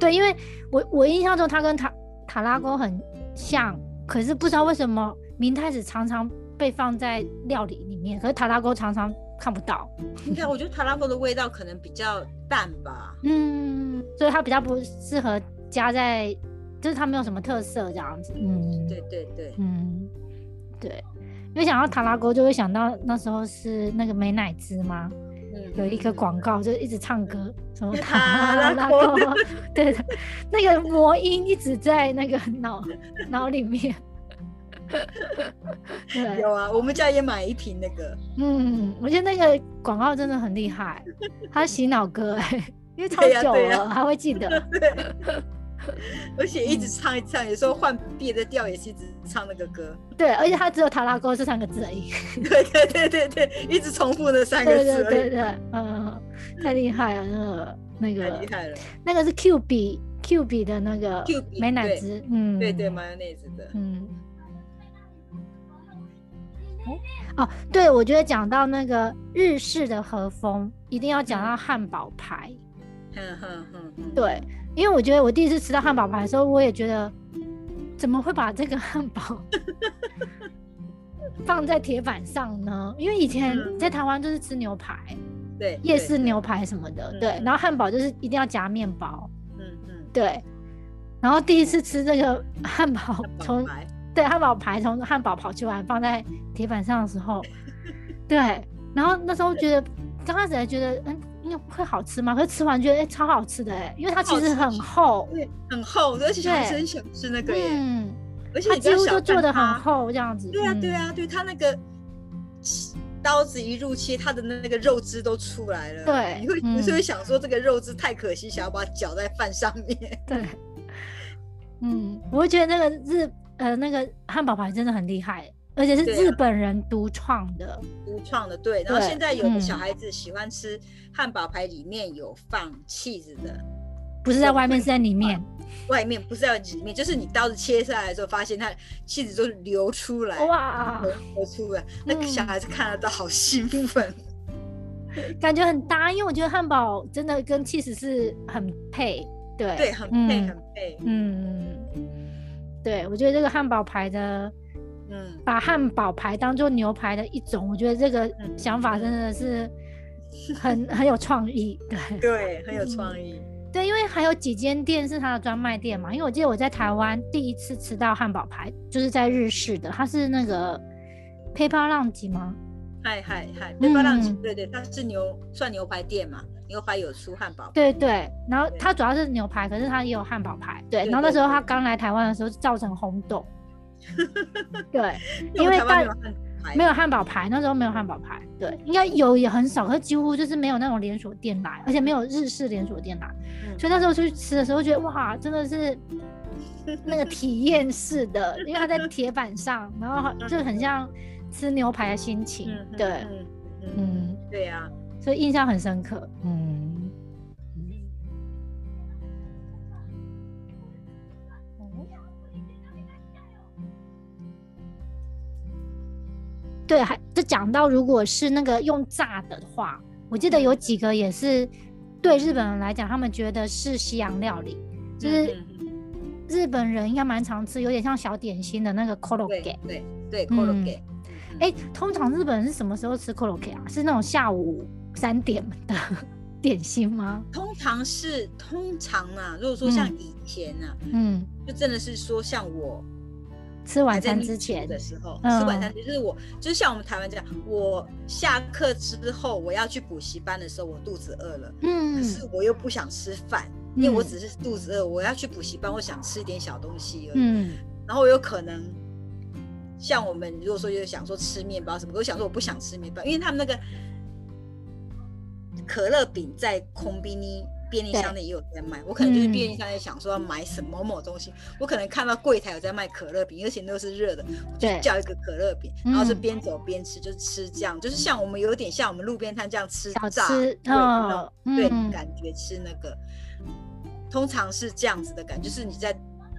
Speaker 1: 对，因为我我印象中它跟塔塔拉锅很像，可是不知道为什么明太子常常被放在料理里面，可是塔拉锅常常看不到，
Speaker 2: 应该我觉得塔拉狗的味道可能比较淡吧。
Speaker 1: 嗯，所以它比较不适合加在，就是它没有什么特色这样子，嗯，
Speaker 2: 对，对对，
Speaker 1: 嗯，对，因为想到塔拉锅就会想到那时候是那个美乃滋嘛，
Speaker 2: 嗯
Speaker 1: 有一个广告就一直唱歌，什 么塔
Speaker 2: 塔
Speaker 1: 拉
Speaker 2: 拉
Speaker 1: 锅
Speaker 2: 锅，
Speaker 1: 对的，那个魔音一直在那个 脑脑里面。对，
Speaker 2: 有啊，我们家也买一瓶那个。
Speaker 1: 嗯，我觉得那个广告真的很厉害，它洗脑歌 哎、因为超
Speaker 2: 对呀
Speaker 1: 久
Speaker 2: 对呀
Speaker 1: 了还会记得。
Speaker 2: 而且一直唱一直唱，有时候换别的调也是一直唱那个歌。
Speaker 1: 对，而且它只有塔拉锅这三个字而已。
Speaker 2: 对对对对对，一直重复那三个
Speaker 1: 对对
Speaker 2: 字而
Speaker 1: 对
Speaker 2: 已，
Speaker 1: 对，嗯，太厉害了，那个那
Speaker 2: 太
Speaker 1: 个
Speaker 2: 厉害了。
Speaker 1: 那个是 Q 比 Q 比的那个
Speaker 2: Q 比
Speaker 1: 美乃
Speaker 2: 对
Speaker 1: 滋，嗯，
Speaker 2: 对对，mayonnaise 的，
Speaker 1: 嗯。哦，对，我觉得讲到那个日式的和风，一定要讲到汉堡排。嗯
Speaker 2: 哼哼哼哼，
Speaker 1: 对，因为我觉得我第一次吃到汉堡排的时候，我也觉得怎么会把这个汉堡放在铁板上呢？因为以前
Speaker 2: 嗯
Speaker 1: 在台湾就是吃牛排，
Speaker 2: 对，
Speaker 1: 夜
Speaker 2: 对
Speaker 1: 市
Speaker 2: 对
Speaker 1: 牛排什么的，
Speaker 2: 嗯
Speaker 1: 对，
Speaker 2: 嗯
Speaker 1: 然后汉堡就是一定要夹面包，
Speaker 2: 嗯嗯，
Speaker 1: 对。然后第一次吃这个汉堡，
Speaker 2: 从
Speaker 1: 从对汉堡排从汉堡跑出来放在铁板上的时 候，对，然后那时候觉得刚开始还觉得嗯，那会好吃吗？可是吃完觉得哎、超好吃的哎、因为它其
Speaker 2: 好
Speaker 1: 实
Speaker 2: 吃
Speaker 1: 很厚，
Speaker 2: 对很厚，而且还是
Speaker 1: 对
Speaker 2: 很想吃那个耶，
Speaker 1: 嗯，
Speaker 2: 而且
Speaker 1: 它
Speaker 2: 你
Speaker 1: 几
Speaker 2: 不要
Speaker 1: 乎
Speaker 2: 小
Speaker 1: 都做
Speaker 2: 看
Speaker 1: 的很
Speaker 2: 它。
Speaker 1: 厚这样子。
Speaker 2: 对啊对
Speaker 1: 嗯，
Speaker 2: 啊，对它那个刀子一入切，它的那个肉汁都出来了。
Speaker 1: 对
Speaker 2: 你会你
Speaker 1: 嗯
Speaker 2: 是会想说这个肉汁太可惜，想要把它搅在饭上面。
Speaker 1: 对，嗯，我会觉得那个日呃那个汉堡排真的很厉害，而且是
Speaker 2: 对啊
Speaker 1: 日本人独创的，
Speaker 2: 独创的，对。然后
Speaker 1: 对
Speaker 2: 现在有的小
Speaker 1: 嗯
Speaker 2: 孩子喜欢吃汉堡排，里面有放 cheese 的，
Speaker 1: 不
Speaker 2: 啊
Speaker 1: 是在外面是在里面。
Speaker 2: 外面不是在里面，就是你刀子切下来的时候，发现它 cheese 都流出来，
Speaker 1: 哇，
Speaker 2: 流流出来，那个
Speaker 1: 嗯
Speaker 2: 小孩子看了都好兴奋。
Speaker 1: 感觉很搭，因为我觉得汉堡真的跟 cheese 是很配，对，
Speaker 2: 对，很配，
Speaker 1: 嗯
Speaker 2: 很配。
Speaker 1: 嗯，对，我觉得这个汉堡排的，
Speaker 2: 嗯，
Speaker 1: 把汉堡排当做牛排的一种，我觉得这个
Speaker 2: 嗯
Speaker 1: 想法真的 是很很有创意，对
Speaker 2: 对，很有创意。
Speaker 1: 对，因为还有几间店是它的专卖店嘛，因为我记得我在台湾第一次吃到汉堡排，就是在日式的，它是那个 PayPal 浪吉吗？
Speaker 2: 嗨嗨嗨，
Speaker 1: 嗯
Speaker 2: 对吧？浪对对，它是牛算牛排店嘛，牛排有出汉堡，
Speaker 1: 对对，然后它主要是牛排，可是它也有汉堡排。对，
Speaker 2: 对
Speaker 1: 然后那
Speaker 2: 对
Speaker 1: 时候
Speaker 2: 对
Speaker 1: 他刚来台湾的时候，造成轰 动。对，
Speaker 2: 我
Speaker 1: 因
Speaker 2: 们
Speaker 1: 为
Speaker 2: 台湾
Speaker 1: 大
Speaker 2: 没有汉堡排
Speaker 1: 没有汉堡排，那时候没有汉堡排。对，应该有也很少，可是几乎就是没有那种连锁店来，而且没有日式连锁店来。
Speaker 2: 嗯
Speaker 1: 所以那时候去吃的时候，觉得哇，真的是那个体验式的，因为它在铁板上，然后就很像吃牛排的心情。
Speaker 2: 嗯嗯
Speaker 1: 对，
Speaker 2: 嗯嗯，
Speaker 1: 嗯，
Speaker 2: 对呀，
Speaker 1: 所以印象很深刻。嗯。对，还就讲到，如果是那个用炸的话，我记得有几个也是对日本人来讲，他们觉得是西洋料理，就是
Speaker 2: 嗯嗯
Speaker 1: 日本人应该蛮常吃，有点像小点心的那个 k o r o
Speaker 2: 嗯
Speaker 1: g e
Speaker 2: 对对对 c o l o
Speaker 1: 嗯
Speaker 2: g
Speaker 1: 哎、通常日本人是什么时候吃 k o r o g e 啊？是那种下午三点的 点心吗？
Speaker 2: 通常是通常啊，如果说像以前啊，
Speaker 1: 嗯，
Speaker 2: 就真的是说像我
Speaker 1: 吃晚
Speaker 2: 还在
Speaker 1: 餐
Speaker 2: 念
Speaker 1: 之
Speaker 2: 书
Speaker 1: 前，
Speaker 2: 的时候，
Speaker 1: 嗯
Speaker 2: 吃晚餐就是我就是像我们台湾这样，我下课之后我要去补习班的时候，我肚子饿了，可
Speaker 1: 嗯，
Speaker 2: 是我又不想吃饭，因为我
Speaker 1: 嗯
Speaker 2: 只是肚子饿，我要去补习班，我想吃一点小东西而已。
Speaker 1: 嗯
Speaker 2: 然后我有可能像我们如果说有想说吃面包什么，我想说我不想吃面包，因为他们那个可乐饼在空宾尼。便利商店也有在卖，我可能就是
Speaker 1: 嗯
Speaker 2: 便利商店想说要买什么某东西，我可能看到柜台有在卖可乐饼，而且都是热的，我就
Speaker 1: 对
Speaker 2: 叫一个可乐饼，然后是
Speaker 1: 嗯
Speaker 2: 边走边吃，就是吃这样，就是像我们有点像我们路边摊这样吃
Speaker 1: 小
Speaker 2: 炸，
Speaker 1: 吃
Speaker 2: 对那种
Speaker 1: 哦
Speaker 2: 对
Speaker 1: 嗯，
Speaker 2: 感觉吃那个，通常是这样子的感觉，就是你在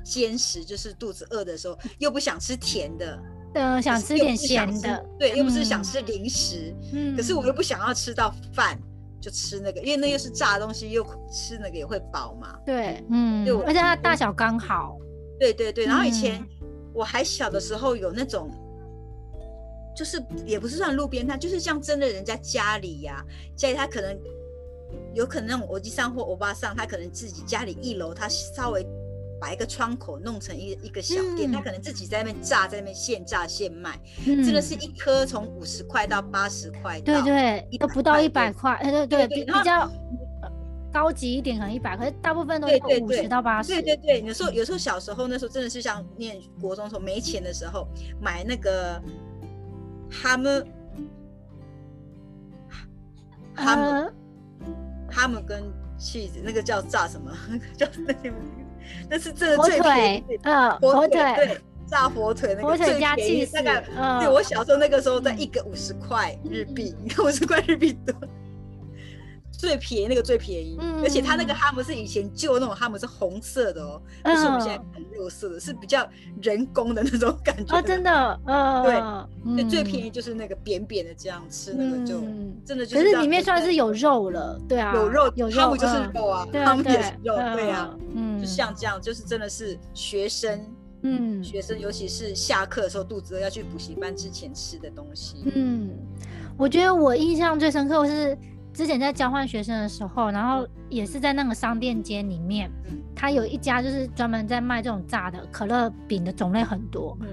Speaker 2: 坚持，就是肚子饿的时候，又不想吃甜的，
Speaker 1: 呃，想
Speaker 2: 就是
Speaker 1: 吃
Speaker 2: 又
Speaker 1: 点
Speaker 2: 不是想
Speaker 1: 咸
Speaker 2: 吃
Speaker 1: 的，
Speaker 2: 对，又不是
Speaker 1: 嗯
Speaker 2: 想吃零食，
Speaker 1: 嗯，
Speaker 2: 可是我又不想要吃到饭，就吃那个，因为那又是炸的东西，又吃那个也会饱嘛。
Speaker 1: 对，嗯
Speaker 2: 对我，
Speaker 1: 而且它大小刚好，
Speaker 2: 对对对，然后以前
Speaker 1: 嗯
Speaker 2: 我还小的时候有那种。就是也不是算路边摊，就是像真的人家家里呀、家里他可能有可能那种欧吉桑或欧巴桑，他可能自己家里一楼，他稍微把一个窗口弄成一一个小店，
Speaker 1: 嗯
Speaker 2: 他可能自己在那边炸，在那边现炸现卖，
Speaker 1: 嗯，
Speaker 2: 真的是一颗从五十块到八十块到，
Speaker 1: 对对
Speaker 2: 100，
Speaker 1: 都不到
Speaker 2: 块
Speaker 1: 一百块，哎，对
Speaker 2: 对
Speaker 1: 对，
Speaker 2: 对
Speaker 1: 比
Speaker 2: 然后
Speaker 1: 比较呃高级一点可能一百，可是大部分都
Speaker 2: 对
Speaker 1: 是
Speaker 2: 对
Speaker 1: 五
Speaker 2: 对
Speaker 1: 十到八十，
Speaker 2: 对对对，有时候有时候小时候那时候真的是像念国中的时候没钱的时候，买那个哈姆哈姆
Speaker 1: 呃，
Speaker 2: 哈姆跟 cheese 那个叫炸什么？ 那个叫那个那是真的
Speaker 1: 火
Speaker 2: 最
Speaker 1: 腿
Speaker 2: 便宜，的，
Speaker 1: 呃，
Speaker 2: 火
Speaker 1: 火
Speaker 2: 腿
Speaker 1: 腿，
Speaker 2: 对炸火腿那
Speaker 1: 火
Speaker 2: 个
Speaker 1: 腿
Speaker 2: 最
Speaker 1: 加嗯
Speaker 2: 便
Speaker 1: 气
Speaker 2: 宜，
Speaker 1: 势呃
Speaker 2: 大，概。对我小时候那个时候在一个五十块
Speaker 1: 嗯
Speaker 2: 日币， 你看五十块日币多，最便宜那个最便宜，
Speaker 1: 嗯
Speaker 2: 而且它那个哈姆是以前旧的那种哈姆是红色的哦，不是
Speaker 1: 嗯
Speaker 2: 我们现
Speaker 1: 呃
Speaker 2: 在看肉色的，是比较人工的那种感觉。
Speaker 1: 哦，真，的，呃，
Speaker 2: 对，最
Speaker 1: 嗯
Speaker 2: 便宜就是那个扁扁的这样吃，那个就
Speaker 1: 嗯
Speaker 2: 真的就
Speaker 1: 可是
Speaker 2: 这样
Speaker 1: 里面算
Speaker 2: 就是
Speaker 1: 有肉了，对啊，
Speaker 2: 有肉，
Speaker 1: 有
Speaker 2: 哈
Speaker 1: 肉
Speaker 2: 姆就是
Speaker 1: 嗯
Speaker 2: 肉啊，
Speaker 1: 对
Speaker 2: 哈
Speaker 1: 啊，
Speaker 2: 姆
Speaker 1: 对
Speaker 2: 也是肉，对啊，，
Speaker 1: 嗯，
Speaker 2: 就像这样，就是真的是学生。
Speaker 1: 嗯
Speaker 2: 学生尤其是下课的时候肚子饿要去补习班之前吃的东西，
Speaker 1: 嗯，我觉得我印象最深刻是之前在交换学生的时候，然后也是在那个商店街里面
Speaker 2: 嗯，
Speaker 1: 它有一家就是专门在卖这种炸的可乐饼的种类很多，
Speaker 2: 嗯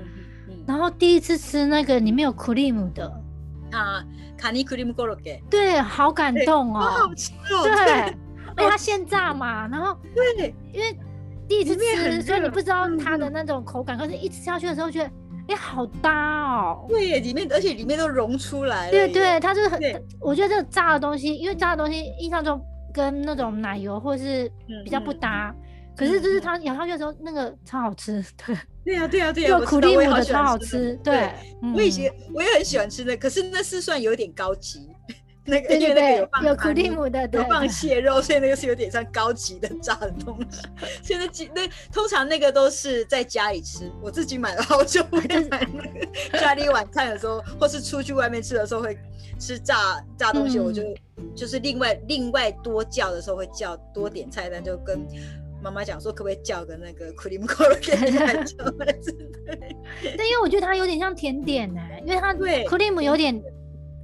Speaker 2: 嗯
Speaker 1: 然后第一次吃那个里面有 cream 的，
Speaker 2: 嗯，啊，卡尼克里姆コロッケ，
Speaker 1: 对，好感
Speaker 2: 对
Speaker 1: 动
Speaker 2: 好
Speaker 1: 哦
Speaker 2: 好，吃哦，
Speaker 1: 对，
Speaker 2: 对哦
Speaker 1: 而且它现炸嘛，然后
Speaker 2: 对，
Speaker 1: 因为第一次
Speaker 2: 里面很
Speaker 1: 吃，所以你
Speaker 2: 热
Speaker 1: 不知道
Speaker 2: 嗯
Speaker 1: 它的那种口感，可是一吃下去的时候觉得，哎，好搭哦。
Speaker 2: 对耶，里面而且里面都融出来了，
Speaker 1: 对对，，它就是很
Speaker 2: 对，
Speaker 1: 我觉得这个炸的东西，因为炸的东西印象中跟那种奶油或是比较不
Speaker 2: 嗯嗯
Speaker 1: 搭。可是就是
Speaker 2: 嗯嗯
Speaker 1: 它咬下去的时候，那个超好吃，对，
Speaker 2: 对啊对啊 对啊，
Speaker 1: 就
Speaker 2: 我知
Speaker 1: 苦
Speaker 2: 道
Speaker 1: 力
Speaker 2: 我也
Speaker 1: 姆的
Speaker 2: 喜
Speaker 1: 超
Speaker 2: 欢
Speaker 1: 好
Speaker 2: 那
Speaker 1: 吃，
Speaker 2: 个
Speaker 1: 对。
Speaker 2: 我以
Speaker 1: 嗯
Speaker 2: 前我也很喜欢吃那个，可是那是算有点高级， 那个
Speaker 1: 对
Speaker 2: 因
Speaker 1: 对
Speaker 2: 为那个有
Speaker 1: 对
Speaker 2: 放，
Speaker 1: 有
Speaker 2: 卡
Speaker 1: 苦
Speaker 2: 尼
Speaker 1: 力姆的，对
Speaker 2: 有，放蟹肉，所以那个是有点像高级的炸的东西。 现在几那通常那个都是在家里吃，我自己买的话我就不会买那个。家里晚餐的时候，或是出去外面吃的时候会吃炸炸东西，
Speaker 1: 嗯
Speaker 2: 我就就是另外另外多叫的时候会叫多点菜单，就跟妈妈讲说可不可以叫个那个 cream c o l 给你来 叫来吃。
Speaker 1: 但因为我觉得它有点像甜点呢、因为它
Speaker 2: 对
Speaker 1: 苦力姆有点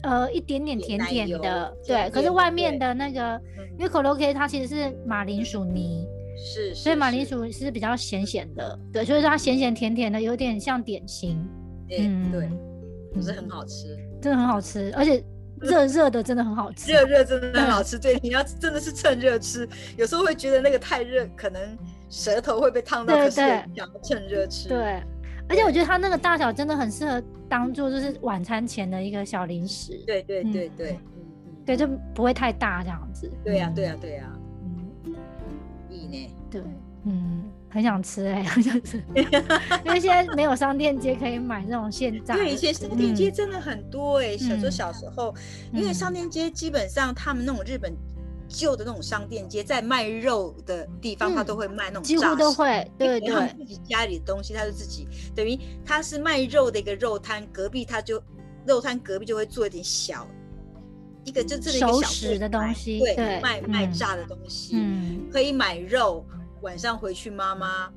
Speaker 1: 呃一点点
Speaker 2: 点
Speaker 1: 甜
Speaker 2: 奶
Speaker 1: 点
Speaker 2: 油
Speaker 1: 的，
Speaker 2: 甜
Speaker 1: 对。可是
Speaker 2: 点
Speaker 1: 外
Speaker 2: 对嗯
Speaker 1: 面的那个，因为 k o l o k 它其实是马铃薯泥，
Speaker 2: 是，
Speaker 1: 所以
Speaker 2: 是
Speaker 1: 马铃
Speaker 2: 是
Speaker 1: 薯是比较咸咸的，对，所以它咸咸甜甜的，有点像点心。
Speaker 2: 对对，
Speaker 1: 嗯
Speaker 2: 不是很好吃。
Speaker 1: 真的很好吃，而且热热的真的很好吃。
Speaker 2: 热热真的很 好吃，对，你要真的是趁热吃，有时候会觉得那个太热，可能舌头会被烫到，
Speaker 1: 对
Speaker 2: 可是
Speaker 1: 对
Speaker 2: 想要趁热吃。
Speaker 1: 对，而且我觉得它那个大小真的很适合当做就是晚餐前的一个小零食。
Speaker 2: 对对对
Speaker 1: 嗯
Speaker 2: 对，嗯嗯，
Speaker 1: 对，就不会太大这样子。
Speaker 2: 对呀对呀啊对呀，
Speaker 1: 嗯，
Speaker 2: 意呢？
Speaker 1: 对，嗯，很想吃 哎、很想 吃，因为现在没有商店街可以买这种现炸的。
Speaker 2: 对，以前商店街
Speaker 1: 嗯
Speaker 2: 真的很多哎、小时候
Speaker 1: 嗯
Speaker 2: 小时候，因为
Speaker 1: 嗯
Speaker 2: 商店街基本上他们那种日本旧的那种商店街，在卖肉的地方，他
Speaker 1: 嗯
Speaker 2: 都会卖那种
Speaker 1: 几
Speaker 2: 炸
Speaker 1: 乎都
Speaker 2: 食
Speaker 1: 会，
Speaker 2: 因
Speaker 1: 对嗯
Speaker 2: 为他们
Speaker 1: 对
Speaker 2: 自己家里的东西，他就自己等于他是卖肉的一个肉摊，隔壁他就肉摊隔壁就会做一点小一个就这一个
Speaker 1: 熟
Speaker 2: 小
Speaker 1: 食
Speaker 2: 柜
Speaker 1: 的东
Speaker 2: 台
Speaker 1: 西
Speaker 2: 对，
Speaker 1: 对
Speaker 2: 卖卖
Speaker 1: 嗯
Speaker 2: 炸的东西，
Speaker 1: 嗯，
Speaker 2: 可以买肉，晚上回去妈妈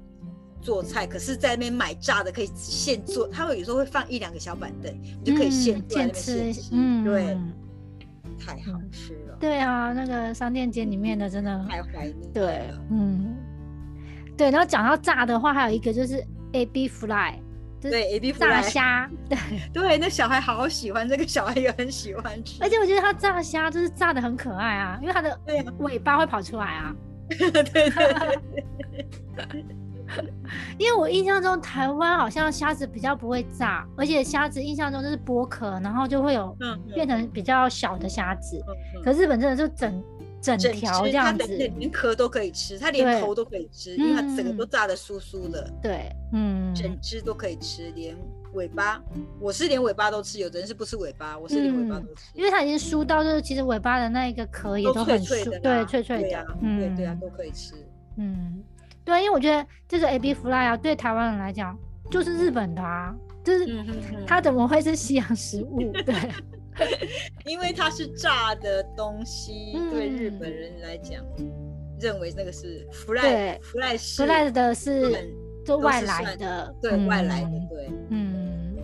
Speaker 2: 做菜，可是在那边买炸的可以现做，他会有时候会放一两个小板凳，你就可以现
Speaker 1: 嗯
Speaker 2: 做在
Speaker 1: 现
Speaker 2: 那边现
Speaker 1: 吃
Speaker 2: 吃，，
Speaker 1: 嗯，
Speaker 2: 对，太好吃了，
Speaker 1: 对啊，那个商店街里面的真的，
Speaker 2: 太怀念了，
Speaker 1: 对，嗯，对。然后讲到炸的话，还有一个就是 A B fry，就是
Speaker 2: 对，A B
Speaker 1: 炸虾，对。
Speaker 2: 对，那小孩好喜欢，这个小孩也很喜欢吃，
Speaker 1: 而且我觉得它炸虾就是炸的很可爱啊，因为它的
Speaker 2: 对啊
Speaker 1: 尾巴会跑出来啊。
Speaker 2: 对对对。
Speaker 1: 因为我印象中台湾好像虾子比较不会炸，而且虾子印象中就是剥壳，然后就会有
Speaker 2: 嗯嗯
Speaker 1: 变成比较小的虾子。
Speaker 2: 嗯
Speaker 1: 可日本真的就整整
Speaker 2: 整
Speaker 1: 条
Speaker 2: 只
Speaker 1: 这样
Speaker 2: 它的
Speaker 1: 子，
Speaker 2: 连壳都可以吃，它
Speaker 1: 对
Speaker 2: 连头都可以吃，因为它整个都炸的酥酥的，
Speaker 1: 对，嗯，
Speaker 2: 整只都可以吃，连尾巴，我是连尾巴都吃，有的人是不吃尾巴，我是连尾巴都吃，
Speaker 1: 因为它已经酥到就是其实尾巴的那一个壳也
Speaker 2: 都
Speaker 1: 很
Speaker 2: 脆脆
Speaker 1: 酥，
Speaker 2: 的
Speaker 1: 对，
Speaker 2: 啦，
Speaker 1: 脆脆
Speaker 2: 对
Speaker 1: 的
Speaker 2: 啊，
Speaker 1: 嗯，
Speaker 2: 对对啊，都可以吃，
Speaker 1: 嗯，对，因为我觉得这个 A B fly 啊，对台湾人来讲就是日本的啊，就是
Speaker 2: 嗯哼哼
Speaker 1: 它怎么会是西洋食物？ 对，
Speaker 2: 因为它是炸的东西，
Speaker 1: 嗯
Speaker 2: 对日本人来讲，认为那个是福
Speaker 1: 对
Speaker 2: 赖福赖是
Speaker 1: 不赖的是
Speaker 2: 本
Speaker 1: 就
Speaker 2: 都是
Speaker 1: 外来
Speaker 2: 算
Speaker 1: 的，
Speaker 2: 对
Speaker 1: 嗯
Speaker 2: 外来的，对，
Speaker 1: 嗯，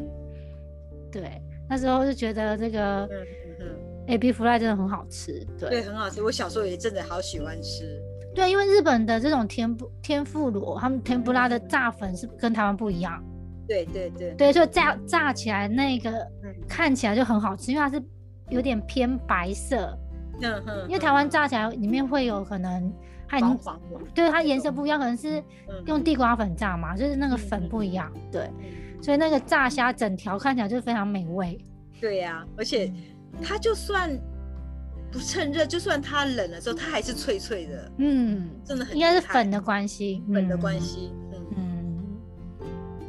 Speaker 1: 对，那时候就觉得这个
Speaker 2: 嗯嗯嗯，
Speaker 1: A B fly 真的很好吃，
Speaker 2: 对，
Speaker 1: 对
Speaker 2: 很好吃，我小时候也真的好喜欢吃。
Speaker 1: 对，因为日本的这种天妇天妇罗，他们天妇拉的
Speaker 2: 嗯
Speaker 1: 炸粉是跟台湾不一样，
Speaker 2: 对对对，
Speaker 1: 对，所以炸炸起来那个
Speaker 2: 嗯
Speaker 1: 看起来就很好吃，因为它是有点偏白色，
Speaker 2: 嗯哼，嗯
Speaker 1: 因为台湾炸起来里面会有可能它已
Speaker 2: 黄
Speaker 1: 经
Speaker 2: 黄的，
Speaker 1: 对它颜色不一样，可能是
Speaker 2: 嗯
Speaker 1: 用地瓜粉炸嘛，就是那个粉不一样，对，所以那个炸虾整条看起来就非常美味。
Speaker 2: 对呀、而且它就算不趁热，就算它冷了之后，它还是脆脆的，
Speaker 1: 嗯，
Speaker 2: 真的很
Speaker 1: 应该是
Speaker 2: 厉害
Speaker 1: 粉的关系，
Speaker 2: 粉的
Speaker 1: 嗯
Speaker 2: 关。系。嗯，
Speaker 1: 嗯，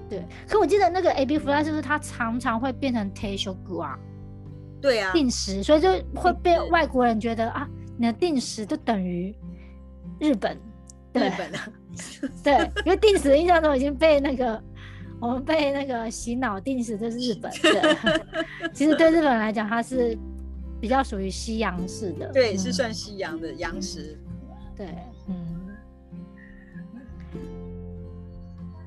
Speaker 1: 对。可我记得那个 A B fly 是不是它常常会变成 t a s h o g u 啊，
Speaker 2: 对呀、
Speaker 1: 定时，所以就会被
Speaker 2: 定时
Speaker 1: 外国人觉得啊，你的定时就等于日本，对
Speaker 2: 日 本啊，
Speaker 1: 对，因为定时的印象中已经被那个我们被那个洗脑，定时就是日 本。对， 其实对日本人来讲，它是比较属于西洋式的。
Speaker 2: 对，是
Speaker 1: 嗯
Speaker 2: 算西洋的洋食。
Speaker 1: 对，嗯。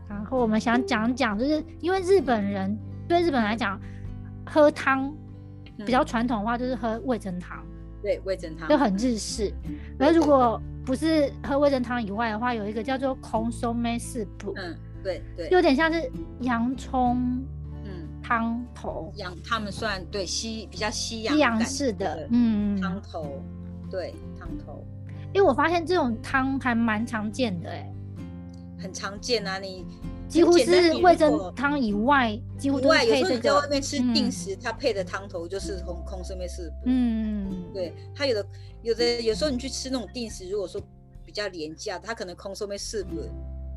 Speaker 1: 然后我们想讲讲，就是因为日本人对日本人来讲，喝汤比较传统的话，就是喝味噌汤，
Speaker 2: 对，味噌汤
Speaker 1: 就很日式。而如果不是喝味噌汤以外的话，有一个叫做空松梅四补，
Speaker 2: 嗯，对对，
Speaker 1: 有点像是洋葱
Speaker 2: 嗯，
Speaker 1: 汤头，
Speaker 2: 洋他们算对西比较西洋
Speaker 1: 西洋
Speaker 2: 感
Speaker 1: 式
Speaker 2: 觉
Speaker 1: 的，嗯。
Speaker 2: 汤头，对汤头
Speaker 1: 因为我发现这种汤还蛮常见的、欸，
Speaker 2: 很常见啊，你
Speaker 1: 几乎
Speaker 2: 简单
Speaker 1: 是
Speaker 2: 你如
Speaker 1: 味噌
Speaker 2: 果
Speaker 1: 汤以外，几乎
Speaker 2: 以
Speaker 1: 都是
Speaker 2: 外，有
Speaker 1: 配
Speaker 2: 时候
Speaker 1: 这
Speaker 2: 你在外
Speaker 1: 个。
Speaker 2: 面吃
Speaker 1: 嗯
Speaker 2: 定时，它配的汤头就是空空身边是补
Speaker 1: 嗯，
Speaker 2: 对，它有的有的有时候你去吃那种定时，如果说比较廉价的，它可能空收面四本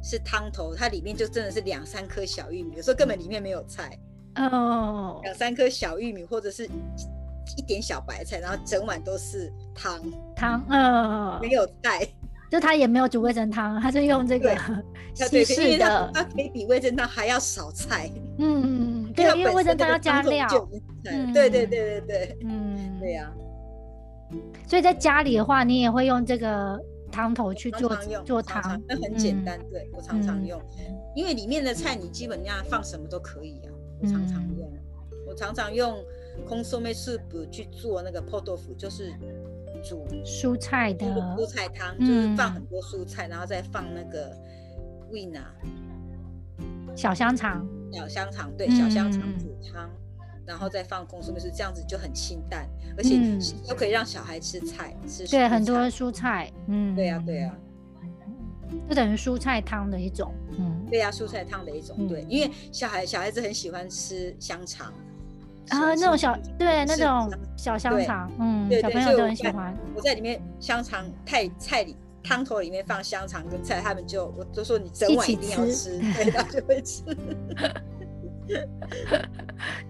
Speaker 2: 是汤头，它里面就真的是两三颗小玉米，有时候根本里面没有菜，
Speaker 1: 哦，
Speaker 2: 两三颗小玉米或者是一一点小白菜，然后整碗都是汤，
Speaker 1: 汤，呃
Speaker 2: 没，有菜。
Speaker 1: 就他也没有煮味噌汤，他就用这 个
Speaker 2: 它
Speaker 1: 西
Speaker 2: 对，因
Speaker 1: 式
Speaker 2: 为它
Speaker 1: 的，
Speaker 2: 它可以比味噌汤还要少菜，
Speaker 1: 嗯嗯，嗯，对，因为
Speaker 2: 它
Speaker 1: 味噌汤
Speaker 2: 本身那
Speaker 1: 要
Speaker 2: 个
Speaker 1: 加
Speaker 2: 汤头
Speaker 1: 料，
Speaker 2: 就已经是菜了对
Speaker 1: 嗯
Speaker 2: 对对对对，
Speaker 1: 嗯，
Speaker 2: 对啊呀、
Speaker 1: 所以在家里的话，你也会用这个汤头去
Speaker 2: 常
Speaker 1: 做
Speaker 2: 常用
Speaker 1: 做
Speaker 2: 常常
Speaker 1: 汤，
Speaker 2: 那很简
Speaker 1: 嗯
Speaker 2: 单，对我常常
Speaker 1: 嗯
Speaker 2: 用，因为里面的菜你基本上放什么都可以啊，我常常
Speaker 1: 嗯
Speaker 2: 用，我常常用空松梅 soup 去做那个破豆腐，就是煮
Speaker 1: 蔬菜
Speaker 2: 那个
Speaker 1: 的
Speaker 2: 蔬，菜汤，就是放很
Speaker 1: 嗯
Speaker 2: 多蔬菜，然后再放那个 wina
Speaker 1: 小香肠，
Speaker 2: 小香肠，对小香肠
Speaker 1: 嗯
Speaker 2: 煮汤，然后再放公蔬是这样子就很清淡，而且
Speaker 1: 嗯
Speaker 2: 又可以让小孩吃菜，吃蔬
Speaker 1: 对，很多
Speaker 2: 菜
Speaker 1: 蔬菜，嗯，
Speaker 2: 对呀、对呀、啊
Speaker 1: 就等于蔬菜汤的一种，嗯，
Speaker 2: 对呀、啊蔬菜汤的一种，
Speaker 1: 嗯
Speaker 2: 对，因为小孩小孩子很喜欢吃香肠
Speaker 1: 啊，那种小对那
Speaker 2: 是
Speaker 1: 种
Speaker 2: 香
Speaker 1: 小香
Speaker 2: 对
Speaker 1: 肠，嗯
Speaker 2: 对，
Speaker 1: 小
Speaker 2: 对
Speaker 1: 朋
Speaker 2: 所
Speaker 1: 友
Speaker 2: 以
Speaker 1: 都
Speaker 2: 我
Speaker 1: 很喜
Speaker 2: 在
Speaker 1: 欢，
Speaker 2: 我在里面香肠菜菜里汤头里面放香肠跟菜，他们就我就说你整
Speaker 1: 一
Speaker 2: 碗
Speaker 1: 起
Speaker 2: 一定要
Speaker 1: 吃
Speaker 2: 吃， 对，他就会吃。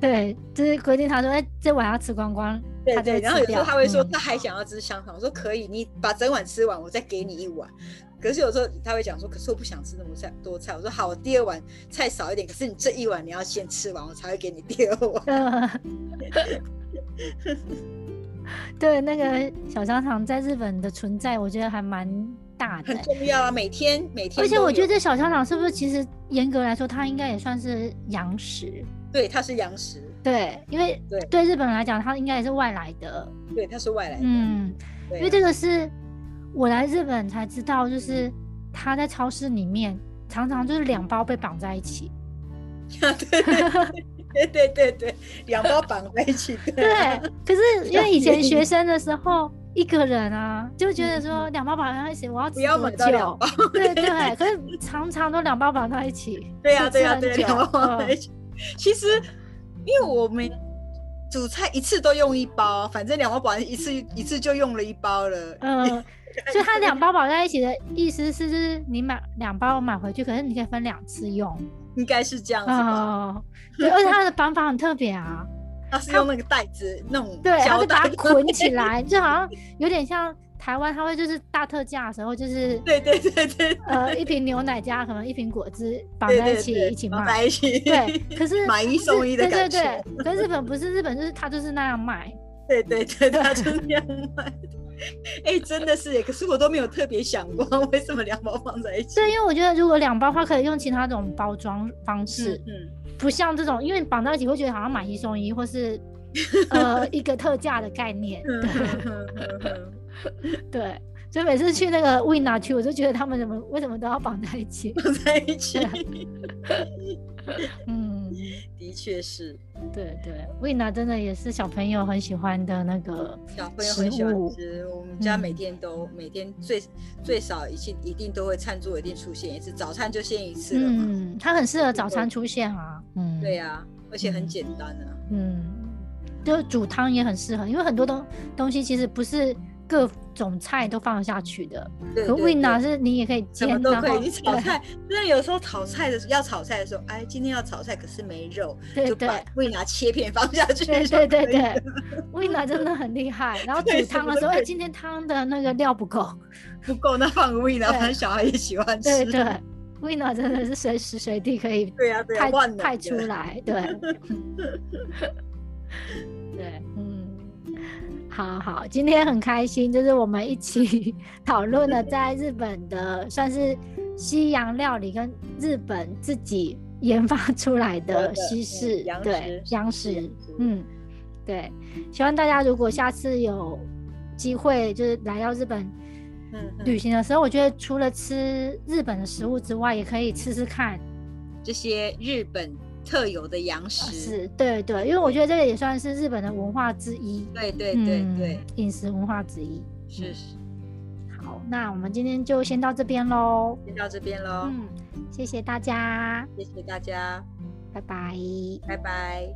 Speaker 1: 对，就是规定他说，哎，这碗要吃光光，
Speaker 2: 对
Speaker 1: 他就
Speaker 2: 对，
Speaker 1: 会
Speaker 2: 然后
Speaker 1: 吃
Speaker 2: 有时候
Speaker 1: 掉
Speaker 2: 他会说
Speaker 1: 嗯
Speaker 2: 他还想要吃香肠，我说可以，你把整碗吃完，我再给你一碗。可是有时候他会讲说，可是我不想吃那么菜多菜。我说好，我第二碗菜少一点，可是你这一碗你要先吃完，我才会给你第二碗。
Speaker 1: 呃， 对，那个小香肠在日本的存在，我觉得还蛮大的
Speaker 2: 很
Speaker 1: 欸、
Speaker 2: 重要啊，每天每天都有。
Speaker 1: 而且我觉得这小香肠是不是其实严格来说，它应该也算是洋食？
Speaker 2: 对它是洋食，
Speaker 1: 对，因为
Speaker 2: 对
Speaker 1: 对日本人来讲，它应该也是外来的。
Speaker 2: 对它是外来的，
Speaker 1: 嗯，
Speaker 2: 对啊
Speaker 1: 因为这个是我来日本才知道，就是它在超市里面常常就是两包被绑在一起。
Speaker 2: 对对对对，两包绑在一起。
Speaker 1: 对
Speaker 2: 对，啊
Speaker 1: 可是因为以前学生的时候，一个人啊，就觉得说两包绑在一起，我要
Speaker 2: 不
Speaker 1: 吃
Speaker 2: 要
Speaker 1: 多
Speaker 2: 买到两
Speaker 1: 久？
Speaker 2: 包。
Speaker 1: 对 对，可是常常都两包绑在一起。
Speaker 2: 对呀、
Speaker 1: 就
Speaker 2: 对
Speaker 1: 吃
Speaker 2: 呀、
Speaker 1: 很
Speaker 2: 对、呀，
Speaker 1: 久
Speaker 2: 两包绑在一
Speaker 1: 嗯
Speaker 2: 起。其实，因为我们煮菜一次都用一包，反正两包绑一次一次就用了一包了。
Speaker 1: 嗯，所以它两包绑在一起的意思是，就是你买两包买回去，可是你可以分两次用。
Speaker 2: 应该是这样子吧？
Speaker 1: 哦，对，而且它的绑法很特别啊，
Speaker 2: 它是用那个袋子那种
Speaker 1: 对，它
Speaker 2: 胶
Speaker 1: 是把
Speaker 2: 带
Speaker 1: 它捆起来，就好像有点像台湾，它会就是大特价的时候，就是
Speaker 2: 对对对对对
Speaker 1: 呃一瓶牛奶加可能一瓶果汁绑
Speaker 2: 对
Speaker 1: 在
Speaker 2: 对
Speaker 1: 一起
Speaker 2: 对
Speaker 1: 一起
Speaker 2: 绑
Speaker 1: 卖。
Speaker 2: 在一起。
Speaker 1: 对，可是
Speaker 2: 买一送一的
Speaker 1: 对对
Speaker 2: 感觉
Speaker 1: 对，可是日本不是日本，就是它就是那样卖。
Speaker 2: 对对对，他就是这样卖的。哎、真的是耶！可是我都没有特别想过，为什么两包放在一起？
Speaker 1: 对，因为我觉得如果两包的话，可以用其他种包装方式，
Speaker 2: 嗯，
Speaker 1: 不像这种，因为绑在一起会觉得好像买一送一，或 是呃一个特价的概念。
Speaker 2: 嗯嗯嗯嗯嗯
Speaker 1: 对，所以每次去那个 Winna 区，我就觉得他们怎么为什么都要绑在一 起？
Speaker 2: 放在一起，
Speaker 1: 嗯，
Speaker 2: 的确是
Speaker 1: 对对，Winna 真的也是小朋友很喜欢的那个
Speaker 2: 小朋友很喜欢吃。我们家
Speaker 1: 嗯
Speaker 2: 每天都、每天最最少一定一定都会餐桌一定出现一次，早餐就先一次了嘛。
Speaker 1: 嗯，它很适合早餐出现啊。嗯，
Speaker 2: 对、呀、而且很简单啊。
Speaker 1: 嗯，就煮汤也很适合，因为很多东东西其实不是各种菜都放得下去的。
Speaker 2: 对
Speaker 1: 可
Speaker 2: 对
Speaker 1: Winna
Speaker 2: 对
Speaker 1: 是你也可以
Speaker 2: 什
Speaker 1: 煎，
Speaker 2: 么都
Speaker 1: 然
Speaker 2: 可以，
Speaker 1: 后
Speaker 2: 你炒
Speaker 1: 对
Speaker 2: 菜，真的有时候炒菜的时候要炒菜的时候，哎，今天要炒菜，可是没肉，
Speaker 1: 对
Speaker 2: 就
Speaker 1: 对
Speaker 2: 把味拿切片放下 去就可以
Speaker 1: 对
Speaker 2: 了。
Speaker 1: 对对对，Winna 真的很厉害。然后
Speaker 2: 对
Speaker 1: 煮
Speaker 2: 什
Speaker 1: 汤
Speaker 2: 么
Speaker 1: 的时
Speaker 2: 都
Speaker 1: 候，哎、
Speaker 2: 可以
Speaker 1: 今天汤的那个料不够。
Speaker 2: 不够那放味拿，
Speaker 1: 对
Speaker 2: 反正小孩也喜欢吃。
Speaker 1: 对对，Winna 真的是随时随地可以
Speaker 2: 对呀啊对呀
Speaker 1: 派，
Speaker 2: 万能
Speaker 1: 派
Speaker 2: 的
Speaker 1: 出来， 对，对，嗯，好好，今天很开心，就是我们一起 讨论了在日本的算是西洋料理跟日本自己研发出来的
Speaker 2: 的
Speaker 1: 西
Speaker 2: 嗯
Speaker 1: 式，
Speaker 2: 洋
Speaker 1: 对
Speaker 2: 食，
Speaker 1: 洋
Speaker 2: 西式
Speaker 1: 食
Speaker 2: 洋食，
Speaker 1: 嗯，对，希望大家如果下次有机会，就是来到日本。
Speaker 2: 嗯，嗯
Speaker 1: 旅行的时候，我觉得除了吃日本的食物之外，也可以吃吃看，
Speaker 2: 这些日本特有的洋食，
Speaker 1: 啊是对对，因为我觉得这个也算是日本的文化之一，
Speaker 2: 对对对对，
Speaker 1: 嗯，饮食文化之一。
Speaker 2: 是是，
Speaker 1: 好，那我们今天就先到这边喽，
Speaker 2: 先到这边喽，
Speaker 1: 嗯，谢谢大家，
Speaker 2: 谢谢大家，
Speaker 1: 拜拜。
Speaker 2: 拜拜。